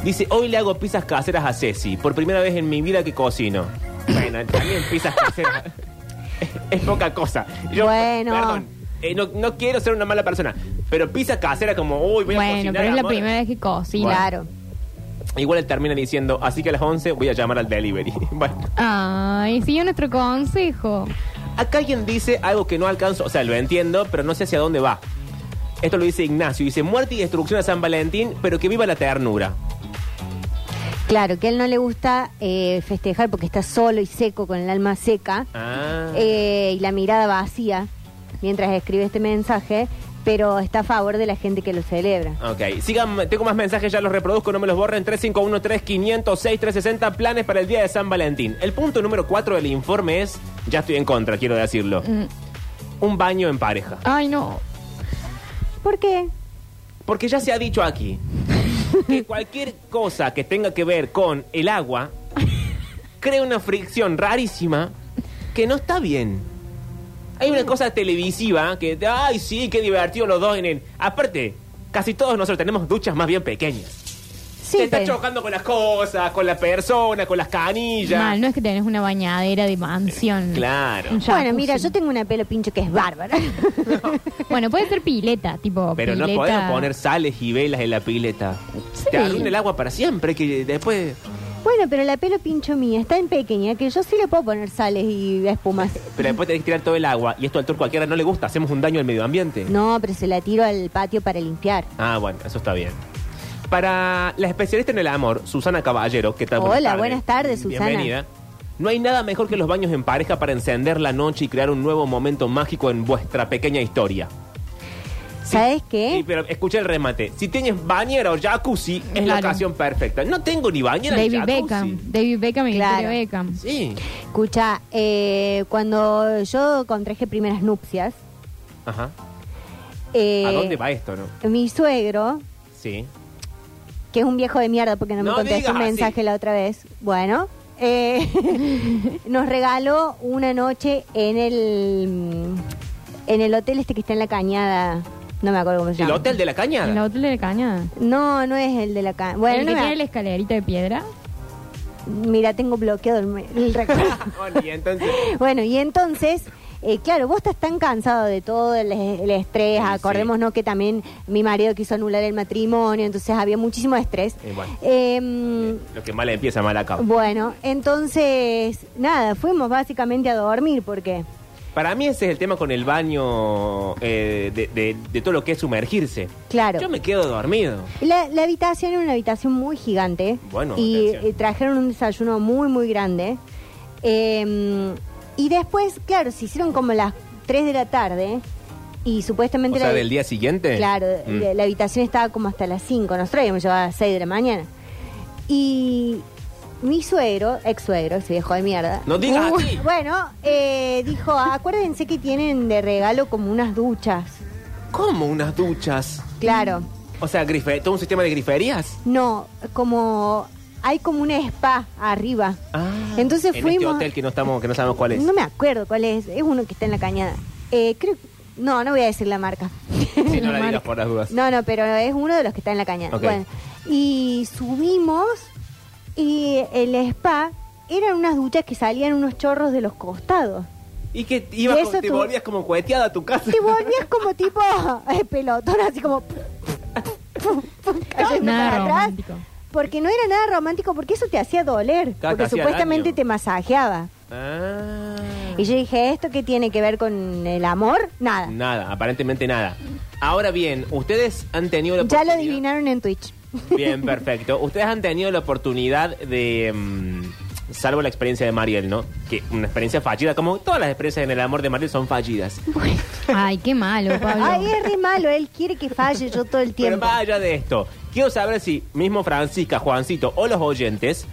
S1: Dice, hoy le hago pizzas caseras a Ceci, por primera vez en mi vida que cocino. Bueno, también pizzas caseras. es poca cosa. Yo,
S3: Bueno.
S1: Perdón, eh, no, no quiero ser una mala persona, pero pizza casera como, uy, voy a
S4: Bueno,
S1: cocinar.
S4: pero es la
S1: amor".
S4: primera vez que cocina.
S3: Claro.
S1: Igual él termina diciendo, así que a las 11 voy a llamar al delivery. bueno.
S4: Ay, siguió nuestro consejo.
S1: Acá alguien dice algo que no alcanzo, o sea, lo entiendo, pero no sé hacia dónde va. Esto lo dice Ignacio, dice muerte y destrucción a San Valentín, pero que viva la ternura.
S3: Claro, que a él no le gusta eh, festejar porque está solo y seco, con el alma seca
S1: Ah.
S3: eh, y la mirada vacía mientras escribe este mensaje, pero está a favor de la gente que lo celebra.
S1: Ok, sigan, tengo más mensajes, ya los reproduzco, no me los borren. 351-3506-360, planes para el día de San Valentín. El punto número 4 del informe es, ya estoy en contra, quiero decirlo,
S4: Mm.
S1: un baño en pareja.
S4: Ay, no.
S3: ¿Por qué?
S1: Porque ya se ha dicho aquí que cualquier cosa que tenga que ver con el agua crea una fricción rarísima que no está bien. Hay una cosa televisiva que, ay, sí, qué divertido los dos en el. Aparte, casi todos nosotros tenemos duchas más bien pequeñas.
S3: Sí,
S1: Te estás
S3: pero-
S1: chocando con las cosas, con la persona, con las canillas.
S4: Mal, no es que tenés una bañadera de mansión.
S1: Eh, Claro.
S4: Un jacuzzi.
S3: Bueno, mira, yo tengo una pelo pincho que es bárbara.
S4: Bueno, puede ser pileta, tipo.
S1: Pero no
S4: pileta-
S1: podemos poner sales y velas en la pileta.
S4: Sí.
S1: Te arruina el agua para siempre, que después.
S3: bueno, pero la pelo pincho mía está en pequeña, que yo sí le puedo poner sales y espumas.
S1: Pero después tenés que tirar todo el agua y esto al turco cualquiera no le gusta, hacemos un daño al medio ambiente.
S3: No, pero se la tiro al patio para limpiar.
S1: Ah, bueno, eso está bien. Para la especialista en el amor, Susana Caballero, ¿qué tal?
S3: Hola, buenas tardes, Susana.
S1: Bienvenida. No hay nada mejor que los baños en pareja para encender la noche y crear un nuevo momento mágico en vuestra pequeña historia.
S3: ¿Sabes qué?
S1: Sí, pero escucha el remate. Si tienes bañera o jacuzzi, es la
S4: Claro.
S1: ocasión perfecta. No tengo ni bañera ni
S4: David
S1: jacuzzi.
S4: Beckham. David Beckham y
S3: Claro.
S4: Victoria Beckham.
S1: Sí.
S3: Escucha, eh, cuando yo contraje primeras nupcias,
S1: Ajá.
S3: eh,
S1: ¿A dónde va esto, no?
S3: mi suegro,
S1: Sí.
S3: que es un viejo de mierda porque no,
S1: No
S3: me contestó
S1: digas
S3: un
S1: así.
S3: mensaje la otra vez, bueno, eh, nos regaló una noche en el mm, en el hotel este que está en la cañada, no me acuerdo cómo se
S1: ¿El
S3: llama.
S1: hotel de la
S4: En la
S1: cañada? Ah,
S4: hotel de Cañada.
S3: No, no es el de la cañada. Bueno,
S4: el
S3: no
S4: que
S3: me
S4: tiene la escalerita de piedra.
S3: ac- mira, tengo bloqueado el, me- el recuerdo.
S1: Bueno, y entonces.
S3: Bueno, y entonces eh, claro, vos estás tan cansado de todo el, el estrés,
S1: Sí,
S3: acordémonos que también mi marido quiso anular el matrimonio, entonces había muchísimo estrés.
S1: Eh, bueno.
S3: Em,
S1: Lo que mal empieza, mal acaba.
S3: bueno, entonces, nada, fuimos básicamente a dormir porque...
S1: Para mí ese es el tema con el baño eh, de, de- de todo lo que es sumergirse.
S3: Claro.
S1: Yo me quedo dormido.
S3: La, la habitación era una habitación muy gigante.
S1: Bueno,
S3: y
S1: atención.
S3: eh, trajeron un desayuno muy, muy grande. Eh, y después, claro, se hicieron como las 3 de la tarde. Y
S1: O
S3: supuestamente
S1: sea,
S3: la,
S1: del día siguiente.
S3: Claro,
S1: Mm.
S3: la, la habitación estaba como hasta las 5. Nosotros habíamos llegado a las 6 de la mañana. Y mi suegro, ex suegro, ese viejo de mierda.
S1: No digas así.
S3: Bueno, eh, dijo, acuérdense que tienen de regalo como unas duchas.
S1: ¿Cómo unas duchas?
S3: Claro.
S1: O sea, grife- todo un sistema de griferías.
S3: No, como hay como un spa arriba.
S1: Ah,
S3: Entonces
S1: en
S3: fuimos.
S1: este hotel que no estamos, que no sabemos cuál es.
S3: No me acuerdo cuál es. Es uno que está en la cañada. Eh, creo. No, no voy a decir la marca.
S1: Si no la digas por las dudas.
S3: No, no, pero es uno de los que está en la cañada.
S1: Ok.
S3: Bueno, y subimos y el spa eran unas duchas que salían unos chorros de los costados.
S1: Y que ibas
S3: Y
S1: como-
S3: eso
S1: te
S3: tú-
S1: volvías como cueteada a tu casa.
S3: Te volvías como tipo eh, pelotón, así como. cayendo
S4: Nada
S3: para atrás.
S4: romántico.
S3: Porque no era nada romántico, porque eso te hacía doler.
S1: Claro, te
S3: porque
S1: hacía
S3: supuestamente
S1: daño.
S3: te masajeaba.
S1: Ah.
S3: Y yo dije, ¿esto qué tiene que ver con el amor? Nada.
S1: Nada, aparentemente nada. Ahora bien, ustedes han tenido la
S3: ya lo
S1: oportunidad.
S3: adivinaron en Twitch.
S1: Bien, perfecto. Ustedes han tenido la oportunidad de. mm, salvo la experiencia de Mariel, ¿no? Que una experiencia fallida, como todas las experiencias en el amor de Mariel son fallidas.
S4: Ay, qué malo, Pablo.
S3: Ay,
S1: eh.
S3: es re malo, él quiere que falle yo todo el
S1: Pero
S3: tiempo.
S1: más allá de esto, quiero saber si mismo Francisca, Juancito o los oyentes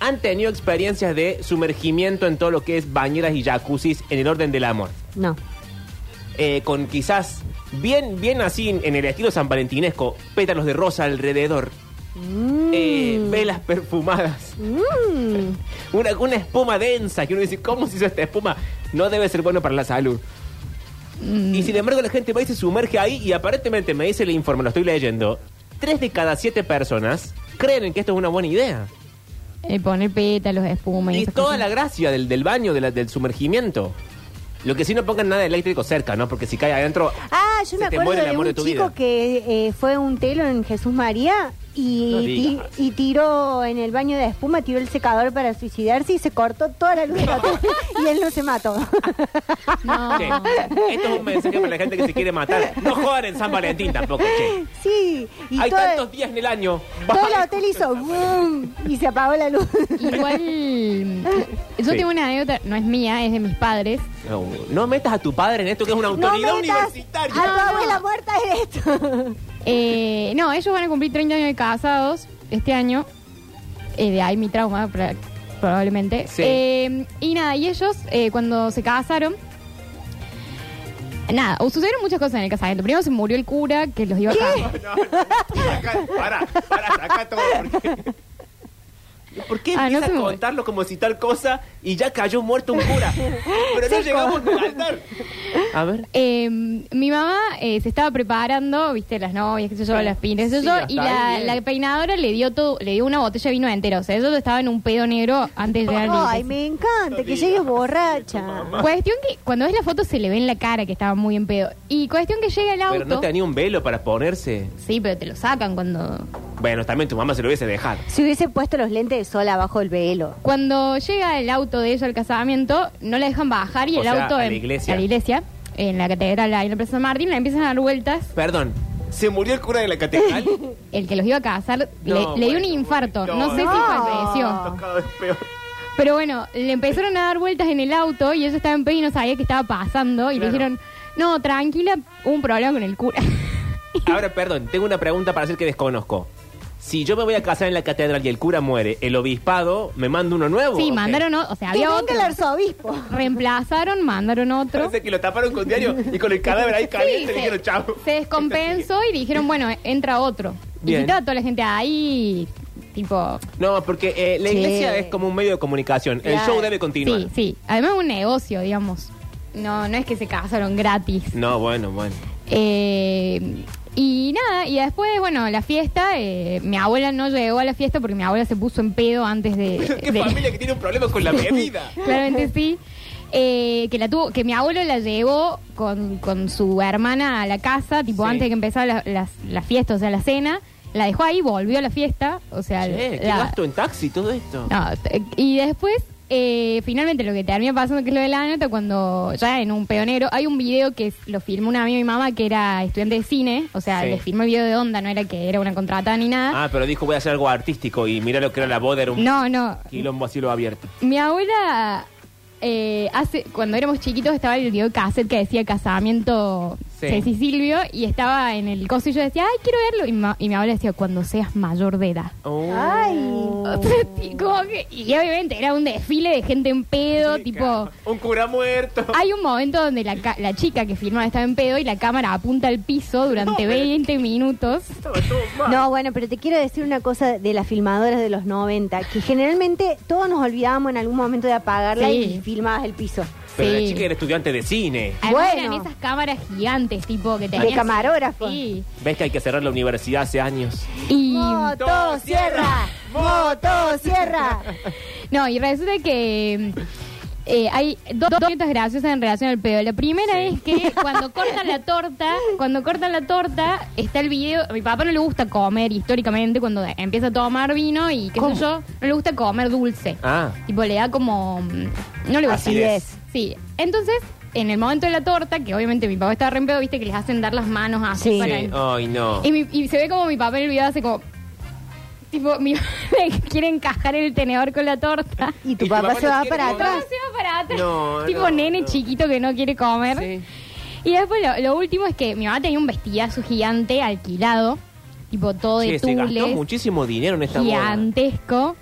S1: han tenido experiencias de sumergimiento en todo lo que es bañeras y jacuzzis en el orden del amor.
S3: No.
S1: Eh, con quizás bien, bien así en- en el estilo san valentinesco, pétalos de rosa alrededor, eh, velas perfumadas,
S3: Mm.
S1: una, una espuma densa que uno dice, ¿cómo se hizo esta espuma? No debe ser bueno para la salud. Y sin embargo la gente va y se sumerge ahí y aparentemente me dice el informe, lo estoy leyendo, tres de cada siete personas creen en que esto es una buena idea.
S4: Eh, poner pétalos, espuma y,
S1: Y
S4: esas
S1: toda
S4: cosas.
S1: la gracia del, del baño, de la- del sumergimiento. Lo que sí no pongan nada eléctrico cerca, ¿no? Porque si cae adentro...
S3: Ah, yo
S1: se
S3: me
S1: te
S3: acuerdo
S1: muere el
S3: de
S1: amor
S3: un
S1: de tu
S3: chico
S1: vida.
S3: que eh, fue un telo en Jesús María
S1: No
S3: y,
S1: digas.
S3: ti- y tiró en el baño de espuma, tiró el secador para suicidarse y se cortó toda la luz de la tele y él no se mató.
S4: No.
S1: Che, esto es un mensaje para la gente que se quiere matar. No jodan en San Valentín tampoco, che.
S3: sí, y
S1: Hay
S3: todo,
S1: tantos días en el año.
S3: todo el hotel hizo boom y se apagó la luz.
S4: Igual. Yo
S1: Sí.
S4: tengo una anécdota, no es mía, es de mis padres.
S1: No, no metas a tu padre en esto que es una autoridad
S3: no metas a tu
S1: universitaria.
S4: Ah,
S3: abuela muerta en esto.
S4: Eh, no, ellos van a cumplir 30 años de casados este año. Eh, de ahí mi trauma, pra- probablemente.
S1: Sí.
S4: Eh, y nada, y ellos eh, cuando se casaron. Nada, sucedieron muchas cosas en el casamiento. Primero se murió el cura que los iba a casar.
S1: Acá, para, para, saca todo. Porque... ¿Por qué
S4: Ah, no
S1: empieza
S4: se
S1: a
S4: me-
S1: contarlo como si tal cosa y ya cayó muerto un cura? Pero no llegamos al altar. A ver.
S4: Eh, mi mamá eh, se estaba preparando, viste, las novias, qué sé yo, las pines, qué sé
S1: Sí,
S4: yo,
S1: hasta
S4: y
S1: ahí
S4: la,
S1: bien.
S4: la peinadora le dio todo, le dio una botella de vino entero. O sea, ellos estaban en un pedo negro antes de llegar al
S3: Ay,
S4: límite.
S3: me encanta que llegues borracha.
S4: Cuestión que cuando ves la foto se le ve en la cara que estaba muy en pedo. Y cuestión que llega el auto.
S1: Pero no tenía un velo para ponerse.
S4: Sí, pero te lo sacan cuando.
S1: Bueno, también tu mamá se lo hubiese dejado.
S3: Si hubiese puesto los lentes de sol abajo del velo.
S4: Cuando llega el auto de ellos al casamiento, no la dejan bajar y
S1: O
S4: el
S1: sea,
S4: auto.
S1: a la
S4: en-
S1: iglesia.
S4: a la iglesia, en la catedral, ahí en la Plaza San Martín, la empiezan a dar vueltas.
S1: Perdón, ¿se murió el cura de la catedral?
S4: El que los iba a casar
S1: No,
S4: le, le
S1: bueno,
S4: dio un infarto.
S1: no,
S4: No, sé
S1: no.
S4: si falleció.
S1: Cada vez peor.
S4: Pero bueno, le empezaron a dar vueltas en el auto y ellos estaban en pedo y no sabía qué estaba pasando. Y
S1: Claro.
S4: le dijeron, no, tranquila, hubo un problema con el cura.
S1: Ahora, perdón, tengo una pregunta para hacer que desconozco. Si yo me voy a casar en la catedral y el cura muere, ¿el obispado me manda uno nuevo?
S4: sí,
S1: ¿O qué?
S4: mandaron otro. O sea,
S3: Que
S4: había
S3: venga el
S4: otro.
S3: arzobispo.
S4: Reemplazaron, mandaron otro.
S1: Parece que lo taparon con diario y con el cadáver ahí
S4: Sí,
S1: caliente le
S4: se-
S1: dijeron chavo.
S4: Se descompensó y dijeron, bueno, entra otro.
S1: Bien.
S4: Y estaba toda la gente ahí, tipo...
S1: No, porque eh, la
S3: Sí.
S1: iglesia es como un medio de comunicación. El
S3: Claro.
S1: show debe continuar.
S4: Sí, sí. Además un negocio, digamos. No, no es que se casaron gratis.
S1: No, bueno, bueno.
S4: Eh, y nada, y después, bueno, la fiesta, eh, mi abuela no llegó a la fiesta porque mi abuela se puso en pedo antes de...
S1: Pero qué
S4: de-
S1: familia que tiene un problema con la bebida.
S4: Claramente sí. eh, que la tuvo, que mi abuelo la llevó con, con su hermana a la casa, tipo
S1: Sí.
S4: antes de que empezara la, las- la fiesta, o sea, la cena, la dejó ahí, volvió a la fiesta, o sea,
S1: Che, ¿Qué
S4: la-
S1: gasto en taxi todo esto?
S4: no, t- y después, eh, finalmente lo que termina pasando, que es lo de la anécdota, cuando ya en un peonero, hay un video que es- lo filmó un amigo de mi mamá que era estudiante de cine, o sea,
S1: Sí.
S4: le filmó el video de onda, no era que era una contratada ni nada.
S1: Ah, pero dijo voy a hacer algo artístico y mira lo que era la boda, era un
S4: no, no.
S1: quilombo así lo abierto.
S4: Mi abuela, eh, hace, cuando éramos chiquitos, estaba el video cassette que decía casamiento
S1: Sí.
S4: Ceci Silvio y estaba en el coso y yo decía, ay, quiero verlo. Y, ma- y mi abuela decía, cuando seas mayor de edad.
S1: Oh.
S3: Ay.
S4: O sea, t- como que- y obviamente era un desfile de gente en pedo, tipo...
S1: Un cura muerto.
S4: Hay un momento donde la, ca- la chica que firmaba estaba en pedo y la cámara apunta al piso durante 20 minutos.
S3: No, bueno, pero te quiero decir una cosa de las filmadoras de los 90, que generalmente todos nos olvidábamos en algún momento de apagarla
S4: Sí.
S3: y filmabas el piso.
S1: Pero la
S4: Sí.
S1: chica era estudiante de cine.
S4: Además
S3: Bueno.
S4: eran esas cámaras gigantes, tipo, que tenían...
S3: De camarógrafo.
S4: Sí.
S1: ¿Ves que hay que cerrar la universidad hace años?
S4: Y...
S3: Motosierra, motosierra.
S4: No, y resulta que... eh, hay do- dos cosas graciosas en relación al pedo. La primera es que cuando cortan la torta, cuando cortan la torta, está el video. A mi papá no le gusta comer históricamente cuando empieza a tomar vino y qué sé yo, no le gusta comer dulce.
S1: Ah.
S4: Tipo, le da como. mm, No le gusta.
S3: Así es.
S4: Sí. Entonces, en el momento de la torta, que obviamente mi papá estaba re en pedo, viste que les hacen dar las manos así
S3: Sí.
S4: para.
S1: Ay, no.
S4: Y, mi- y se ve como mi papá en el video hace como. Tipo, mi quiere encajar el tenedor con la torta.
S3: Y tu papá se
S1: no
S3: va
S1: quiere
S3: para
S1: comer.
S4: No,
S3: atrás.
S4: se va para atrás.
S1: No,
S4: tipo
S1: no,
S4: nene
S1: no.
S4: chiquito que no quiere comer.
S1: Sí.
S4: Y después lo, lo último es que mi mamá tenía un vestidazo gigante alquilado, tipo todo de
S1: Che, se gastó
S4: tules,
S1: muchísimo dinero en esta boda.
S4: gigantesco.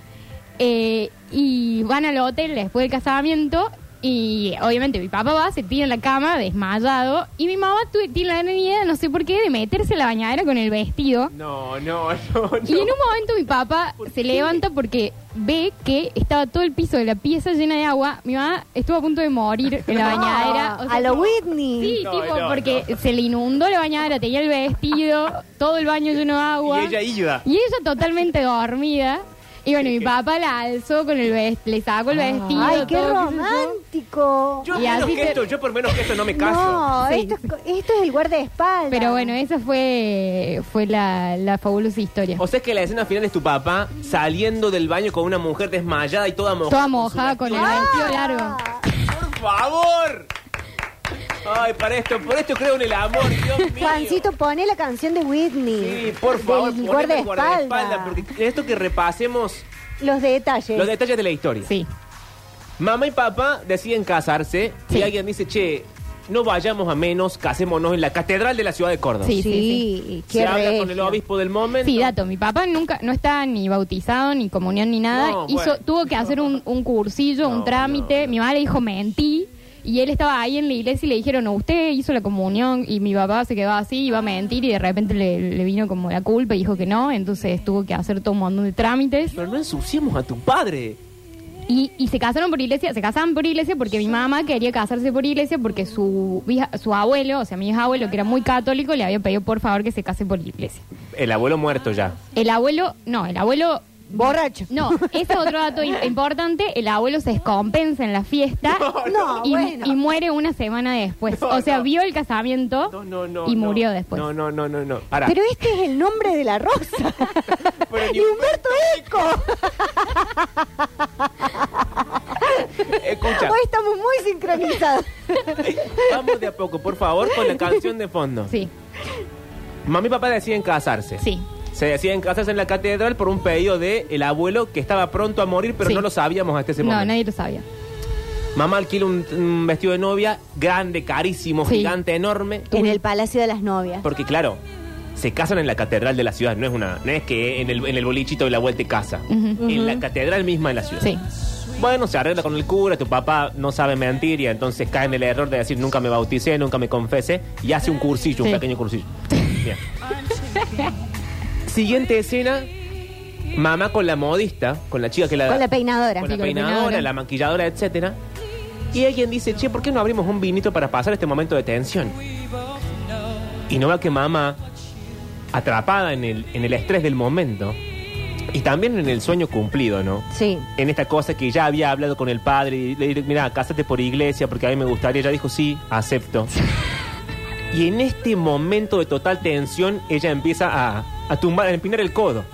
S4: Eh, y van al hotel después del casamiento y obviamente mi papá va, se tira en la cama desmayado y mi mamá tu- tiene la gran idea, no sé por qué, de meterse en la bañadera con el vestido.
S1: No, no, no, no.
S4: Y en un momento mi papá se levanta porque ve que estaba todo el piso de la pieza llena de agua. Mi mamá estuvo a punto de morir en la bañadera. O sea,
S3: a lo
S4: como-
S3: Whitney.
S4: Sí,
S1: No,
S4: tipo,
S1: no,
S4: porque se le inundó la bañadera, tenía el vestido, todo el baño lleno de agua.
S1: Y ella iba.
S4: Y ella totalmente dormida. Y bueno, mi papá la alzó con el vestido, le sacó el vestido.
S3: Ay, qué
S4: todo, sé yo.
S3: romántico.
S1: Yo,
S4: Y
S1: menos
S4: así
S1: que
S4: te-
S1: esto, yo por menos que esto no me caso.
S3: No,
S4: Sí.
S3: esto, es co- esto es el guardaespaldas.
S4: Pero bueno, esa fue, fue la, la fabulosa historia.
S1: O sea, es que la escena final es tu papá saliendo del baño con una mujer desmayada y toda mojada.
S4: Toda mojada con el vestido largo.
S3: Ah,
S1: ¡Por favor! Ay, para esto, por esto creo en el amor, Dios mío.
S3: Juancito, pone la canción de Whitney.
S1: Sí, por favor,
S3: Del
S1: poneme el
S3: guardaespaldas.
S1: guardaespaldas, porque esto que repasemos
S3: Los detalles.
S1: los detalles de la historia.
S4: Sí.
S1: Mamá y papá deciden casarse
S4: Sí.
S1: y alguien dice, che, no vayamos a menos, casémonos en la catedral de la ciudad de Córdoba.
S4: Sí,
S3: sí,
S4: sí,
S3: qué
S1: Se habla con
S3: regio.
S1: el obispo del momento.
S4: Sí, dato. Mi papá nunca, no está ni bautizado, ni comunión, ni nada.
S1: No,
S4: Hizo,
S1: bueno.
S4: Tuvo que hacer un, un cursillo, un trámite. Mi mamá le dijo, mentí. Y él estaba ahí en la iglesia y le dijeron, no, usted hizo la comunión. Y mi papá se quedó así, iba a mentir. Y de repente le, le vino como la culpa y dijo que no. Entonces tuvo que hacer todo un montón de trámites.
S1: Pero no ensuciemos a tu padre.
S4: Y, y se casaron por iglesia, se casaban por iglesia porque mi mamá quería casarse por iglesia porque su, vieja- su abuelo, o sea, mi abuelo, que era muy católico, le había pedido por favor que se case por iglesia.
S1: El abuelo muerto ya.
S4: El abuelo, no, el abuelo
S3: Borracho.
S4: No, ese es otro dato im- importante. El abuelo se descompensa en la fiesta
S3: No, no,
S4: y,
S3: bueno.
S4: y muere una semana después.
S1: No,
S4: o sea,
S1: no.
S4: vio el casamiento
S1: No, no, no.
S4: y
S1: no.
S4: murió después.
S1: No, no, no, no, no. Pará.
S3: Pero este es el nombre de la rosa.
S1: Pero ni
S3: y Humberto Eco.
S1: Escucha,
S3: Hoy estamos muy sincronizados.
S1: vamos de a poco, por favor, con la canción de fondo.
S4: Sí,
S1: Mamá y papá deciden casarse.
S4: sí.
S1: Se deciden casarse en la catedral por un pedido de el abuelo que estaba pronto a morir, pero
S4: Sí.
S1: no lo sabíamos hasta ese
S4: No,
S1: momento.
S4: nadie lo sabía.
S1: Mamá alquila un, un vestido de novia grande, carísimo,
S4: Sí.
S1: gigante, enorme.
S3: en el Palacio de las Novias.
S1: Porque claro, se casan en la catedral de la ciudad, no es una, no es que en el, en el bolichito de la vuelta y casa,
S4: Ujú.
S1: en la catedral misma de la ciudad.
S4: Sí.
S1: Bueno, se arregla con el cura, tu papá no sabe mentir y entonces cae en el error de decir nunca me bauticé, nunca me confesé y hace un cursillo, un
S4: Sí.
S1: pequeño cursillo. Bien. Siguiente escena, mamá con la modista, con la chica que la
S3: Con la peinadora.
S1: con la
S4: Sí, con la
S1: peinadora,
S4: peinadora.
S1: la maquilladora, etcétera. Y alguien dice, che, ¿por qué no abrimos un vinito para pasar este momento de tensión? Y no va que mamá, atrapada en el, en el estrés del momento, Y también en el sueño cumplido, ¿no?
S3: Sí.
S1: En esta cosa que ya había hablado con el padre y le dije, mira, cásate por iglesia porque a mí me gustaría. Ella dijo, sí, acepto. Y en este momento de total tensión, ella empieza a, a tumbar, a empinar el codo.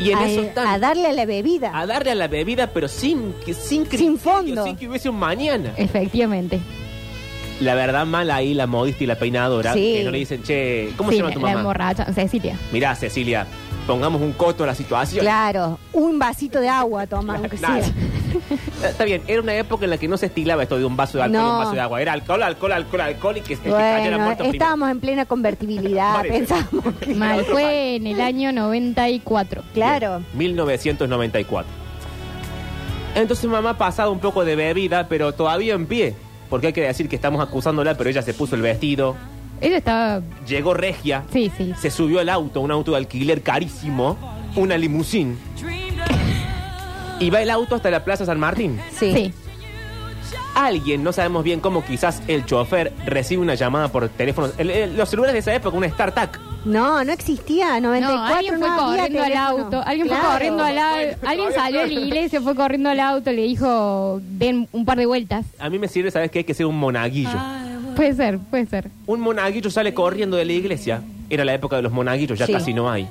S1: Y en
S3: Al-
S1: eso están, Ah,
S3: a darle a la bebida.
S1: a darle a la bebida, pero sin, que- sin
S3: Sin
S1: criterio,
S3: fondo.
S1: sin que hubiese un mañana.
S4: Efectivamente.
S1: La verdad, mala ahí la modista y la peinadora,
S3: Sí.
S1: que no le dicen, che, ¿cómo
S4: Sí,
S1: se llama tu
S4: la- La
S1: mamá?
S4: emborracha, Cecilia.
S1: Mirá, Cecilia, pongamos un coto a la situación.
S3: Claro, un vasito de agua toma, aunque
S1: Nada.
S3: sea.
S1: Está bien, era una época en la que no se estilaba esto de un vaso de alcohol,
S3: No.
S1: un vaso de agua. Era alcohol, alcohol, alcohol, alcohol y que, se cayera
S3: Bueno,
S1: muerto
S3: estábamos en plena convertibilidad,
S1: Vale.
S3: pensamos. que-
S4: Mal, fue en el año 94.
S3: Claro.
S1: primero. 1994. Entonces mamá ha pasado un poco de bebida, pero todavía en pie. Porque hay que decir que estamos acusándola, pero ella se puso el vestido,
S4: Ella estaba.
S1: llegó regia,
S4: Sí, sí.
S1: se subió al auto, un auto de alquiler carísimo, una limusín. Y va el auto hasta la Plaza San Martín.
S3: Sí.
S4: Sí.
S1: alguien, no sabemos bien cómo, quizás el chofer recibe una llamada por teléfono. El- el- los celulares de esa época, una StarTAC.
S3: No, no existía. 94
S4: No, alguien fue
S3: no había
S4: corriendo al
S3: teléfono.
S4: auto. Alguien fue
S3: Claro.
S4: corriendo al auto. Alguien salió de la iglesia, fue corriendo al auto, le dijo, den un par de vueltas.
S1: A mí me sirve, ¿sabes qué? Que sea un monaguillo.
S4: Puede ser, puede ser.
S1: Un monaguillo sale corriendo de la iglesia. Era la época de los monaguillos, ya
S3: Sí.
S1: casi no hay.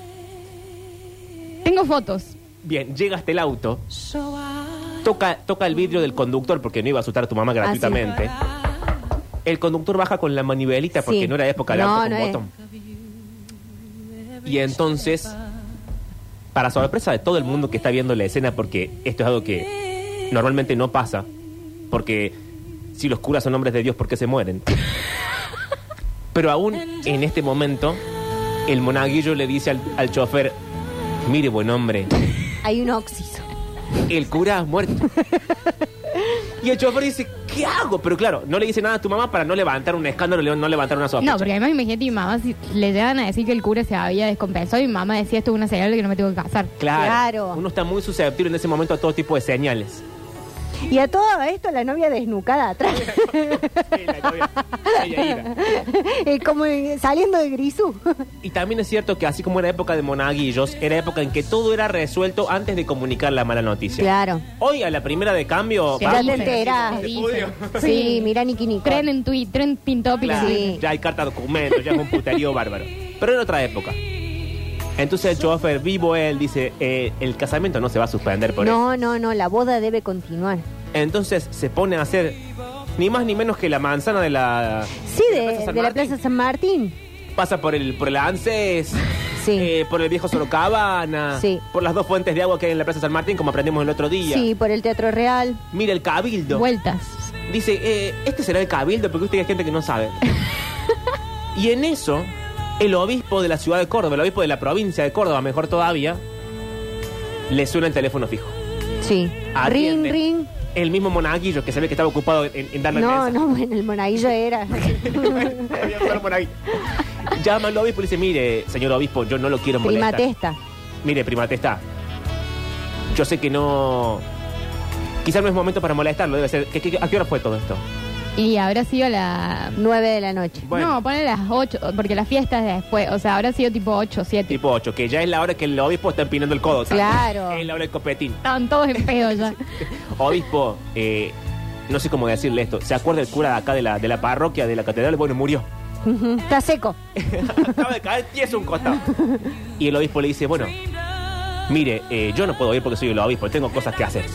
S4: Tengo fotos.
S1: Bien, llega hasta el auto. Toca, toca el vidrio del conductor porque no iba a asustar a tu
S3: Ah,
S1: mamá gratuitamente. El conductor baja con la manivelita porque
S3: Sí.
S1: no era época de
S3: No,
S1: auto con
S3: no es.
S1: botón. Y entonces, para sorpresa de todo el mundo que está viendo la escena, porque esto es algo que normalmente no pasa, porque si los curas son hombres de Dios, ¿por qué se mueren? Pero aún en este momento, el monaguillo le dice al, al chofer, mire buen hombre,
S3: Hay un oxiso.
S1: el cura ha muerto. Y el chofer dice, ¿qué hago? Pero claro, no le dice nada a tu mamá para no levantar un escándalo, le- no levantar una sospecha.
S4: No, porque además imagínate, mi mamá, si le llegan a decir que el cura se había descompensado, y mi mamá decía, esto es una señal de que no me tengo que casar.
S1: Claro,
S3: Claro.
S1: Uno está muy susceptible en ese momento a todo tipo de señales.
S3: Y a todo esto la novia desnucada atrás. Eh, Como eh, saliendo de Grisú.
S1: Y también es cierto que así como era época de monaguillos, era época en que todo era resuelto antes de comunicar la mala noticia.
S3: Claro.
S1: Hoy a la primera de cambio,
S4: Sí.
S3: Ya
S1: vamos,
S3: te
S4: Dicen,
S3: enterás.
S4: dicen.
S3: Sí,
S4: Sí.
S3: mira Niki Nicole.
S4: Tren en Twitter, tren Pintopic.
S1: claro,
S3: Sí.
S1: ya hay carta documento, ya es un puterío bárbaro. Pero en otra época. Entonces el chofer vivo él dice, eh, el casamiento no se va a suspender por eso.
S3: No, no, no, la boda debe continuar.
S1: Entonces se pone a hacer ni más ni menos que la manzana de la...
S3: Sí, de,
S1: Plaza San
S3: de la
S1: Martín.
S3: Plaza San Martín.
S1: Pasa por el, por el ANSES,
S3: Sí.
S1: eh, por el viejo Sorocabana,
S3: Sí.
S1: por las dos fuentes de agua que hay en la Plaza San Martín, como aprendimos el otro día.
S3: Sí, por el Teatro Real.
S1: Mira el cabildo.
S4: Vueltas.
S1: Dice, eh, este será el cabildo porque usted hay gente que no sabe. y en eso, el obispo de la ciudad de Córdoba, el obispo de la provincia de Córdoba, mejor todavía, le suena el teléfono fijo.
S3: Sí.
S1: Atiende.
S3: Ring, ring.
S1: El mismo monaguillo que se ve que estaba ocupado en, en darle
S3: No,
S1: mensaje.
S3: no, bueno, el monaguillo era.
S1: Había un solo monaguillo. Llama al obispo y le dice, mire, señor obispo, yo no lo quiero molestar.
S3: Prima testa.
S1: Mire, primate está. Yo sé que no... Quizás no es momento para molestarlo, debe ser... ¿qué- qué- ¿A qué hora fue todo esto?
S4: Y habrá sido la...
S3: 9 de la noche.
S1: Bueno.
S4: No, ponle las 8, porque la fiesta es después. O sea, habrá sido tipo 8, 7.
S1: Tipo 8, que ya es la hora que el obispo está empinando el codo. ¿sabes?
S3: Claro.
S1: Es la hora del copetín.
S4: Estaban todos en pedo ya.
S1: Obispo, eh, no sé cómo decirle esto. ¿Se acuerda el cura de acá de la, de la parroquia, de la catedral? Bueno, murió.
S3: Ujú, Está seco.
S1: Acaba de caer tieso un costado. Y el obispo le dice, bueno, mire, eh, yo no puedo ir porque soy el obispo, tengo cosas que hacer.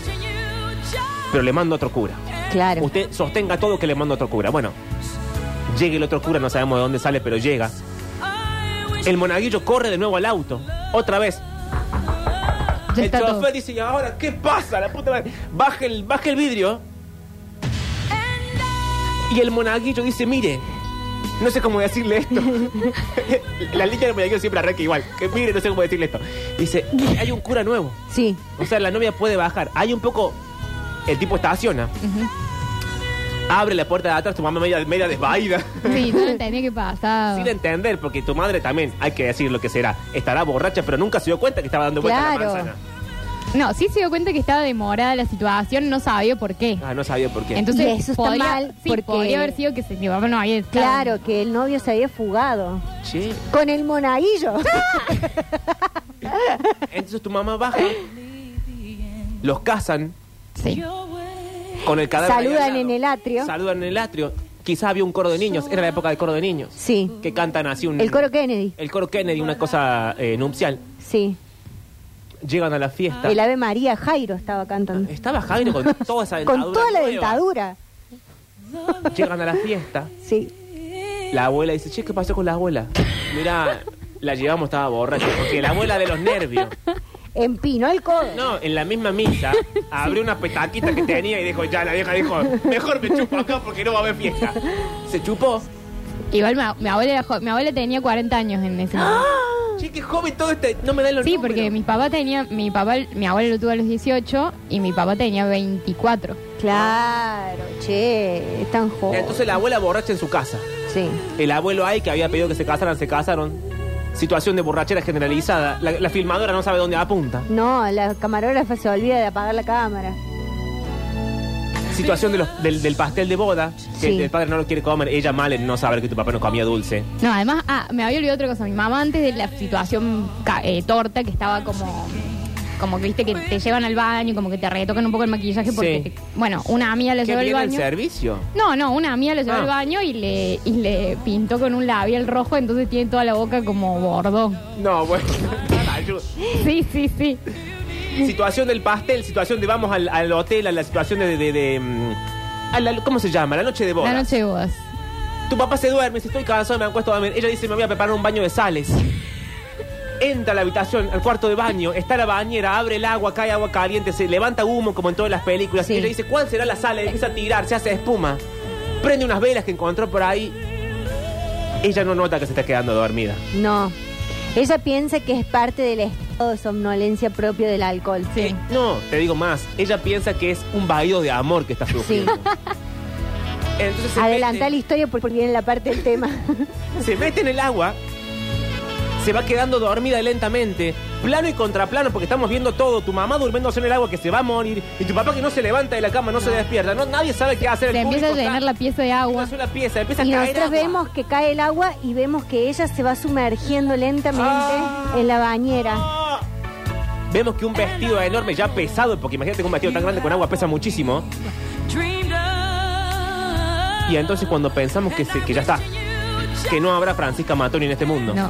S1: Pero le mando otro cura.
S3: Claro.
S1: Usted sostenga todo que le mando otro cura. Bueno, llega el otro cura, no sabemos de dónde sale, pero llega. El monaguillo corre de nuevo al auto. Otra vez,
S4: Ya
S1: el
S4: está
S1: chofer
S4: todo.
S1: dice, ¿y ahora qué pasa? La puta madre. Baja el, baja el vidrio. Y el monaguillo dice, mire, no sé cómo decirle esto. la línea del monaguillo siempre arranca igual. Que mire, no sé cómo decirle esto. Dice, hay un cura nuevo.
S3: Sí.
S1: O sea, la novia puede bajar. Hay un poco... El tipo estaciona. Abre la puerta de atrás, tu mamá media, media desvaída.
S4: Sí, yo no entendía qué pasaba.
S1: Sin entender, porque tu madre también, hay que decir lo que será, estará borracha, pero nunca se dio cuenta que estaba dando vuelta a la
S3: Claro.
S1: manzana.
S4: No, sí se dio cuenta que estaba demorada la situación, no sabía por qué.
S1: Ah, no sabía por qué.
S4: Entonces,
S3: Y eso está
S4: podría,
S3: mal,
S4: sí,
S3: porque-
S4: podría haber sido que se, mi papá no había estado.
S3: Claro, que el novio se había fugado.
S1: Che,
S3: Con el monaguillo.
S1: entonces tu mamá baja, los casan
S4: Sí.
S1: con el cadáver. ahí al
S3: Saludan
S1: lado.
S3: en el atrio.
S1: Saludan en el atrio. Quizás había un coro de niños, era la época del coro de niños.
S3: Sí.
S1: Que cantan así un.
S3: El coro Kennedy.
S1: El coro Kennedy, una cosa eh, nupcial.
S3: Sí.
S1: Llegan a la fiesta.
S3: El Ave María Jairo estaba cantando.
S1: Estaba Jairo con toda esa dentadura.
S3: Con toda la
S1: nueva.
S3: dentadura.
S1: Llegan a la fiesta.
S3: Sí.
S1: La abuela dice, che, ¿qué pasó con la abuela? Mira, la llevamos, estaba borracha. Porque la abuela de los nervios.
S3: Empinó el codo.
S1: No, en la misma misa abrió una petaquita que tenía y dijo, ya la vieja dijo, mejor me chupo acá porque no va a haber fiesta. Se chupó.
S4: Igual mi, a- mi abuela, era jo- mi abuela tenía 40 años en
S3: Ah,
S4: ese momento.
S1: Che, qué joven todo este. No me dan los
S4: Sí,
S1: números.
S4: porque mi papá tenía, mi papá, mi abuelo lo tuvo a los 18 y mi papá tenía 24.
S3: Claro, che, es tan joven.
S1: Entonces la abuela borracha en su casa.
S3: Sí.
S1: El abuelo ahí que había pedido que se casaran, se casaron. Situación de borrachera generalizada. La, la filmadora no sabe dónde apunta.
S3: No, la camarógrafa se olvida de apagar la cámara.
S1: Situación de los- del, del pastel de boda, que
S3: Sí.
S1: el padre no lo quiere comer. Ella mal en no saber que tu papá no comía dulce.
S4: No, además, ah, me había olvidado otra cosa. Mi mamá antes de la situación ca- eh, torta, que estaba como, como que viste que te llevan al baño, como que te retocan un poco el maquillaje porque,
S1: Sí.
S4: te- bueno, una amiga la
S1: Qué
S4: llevó al
S1: bien el
S4: baño.
S1: servicio.
S4: No, no, una amiga la llevó
S1: Ah.
S4: al baño y le, y le pintó con un labial rojo, entonces tiene toda la boca como bordo.
S1: No, bueno. Ayuda.
S4: Sí, sí, sí.
S1: situación del pastel, situación de vamos al, al hotel, a la situación de... de- de, mm, a la- ¿Cómo se llama? La noche de boda.
S4: La noche de bodas.
S1: Tu papá se duerme, dice, estoy cansado, me acuesto a dormir. Ella dice, me voy a preparar un baño de sales. Entra a la habitación, al cuarto de baño, está la bañera, abre el agua, cae agua caliente, se levanta humo como en todas las películas.
S3: Sí.
S1: Ella dice, ¿cuál será la sal? Empieza a tirar, se hace espuma. Prende unas velas que encontró por ahí. Ella no nota que se está quedando dormida.
S3: No. Ella piensa que es parte del estado de somnolencia propio del alcohol.
S4: Sí.
S1: Eh, no, te digo más. Ella piensa que es un vaído de amor que está sufriendo. Entonces se
S3: Adelanta
S1: mete-
S3: la historia porque viene la parte del tema.
S1: se mete en el agua, se va quedando dormida lentamente, plano y contraplano, porque estamos viendo todo, tu mamá durmiéndose en el agua que se va a morir, y tu papá que no se levanta de la cama, no, se despierta, no, nadie sabe qué hacer.
S4: Se
S1: el
S4: empieza a
S1: público
S4: llenar
S1: está-
S4: la pieza de agua.
S1: una sola pieza, empieza a
S3: Y
S1: caer
S3: nosotros
S1: agua.
S3: vemos que cae el agua y vemos que ella se va sumergiendo lentamente
S1: Ah.
S3: en la bañera.
S1: ¡Ah! Vemos que un vestido enorme, ya pesado, porque imagínate que un vestido tan grande con agua pesa muchísimo. Y entonces cuando pensamos que, se- que ya está, que no habrá Francisca Matoni en este mundo,
S4: No.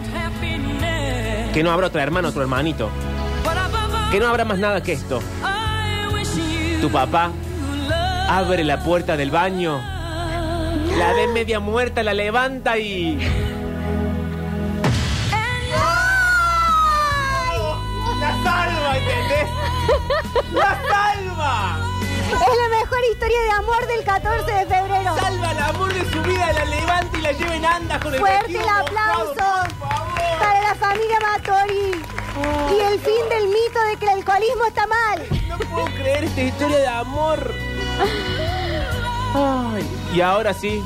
S1: que no habrá otra hermana, otro hermanito, que no habrá más nada que esto, Tu papá abre la puerta del baño, la ve media muerta, la levanta y. ¡La salva, ¿entendés? ¡La salva!
S3: Es la mejor historia de amor del 14 de febrero.
S1: Salva el amor de su vida, la levanta y la lleva en andas con el
S3: Fuerte
S1: vestido
S3: el
S1: mojado,
S3: aplauso
S1: por favor.
S3: para la familia Matori. Y el fin del mito de que el alcoholismo está mal.
S1: No puedo creer esta historia de amor. Ay, y ahora sí.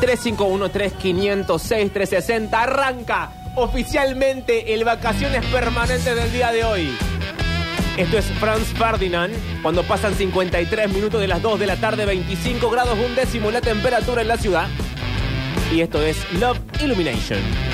S1: 351-3506-360 arranca oficialmente el vacaciones permanentes del día de hoy. Esto es Franz Ferdinand, cuando pasan 53 minutos de las 2 de la tarde, 25 grados un décimo la temperatura en la ciudad. Y esto es Love Illumination.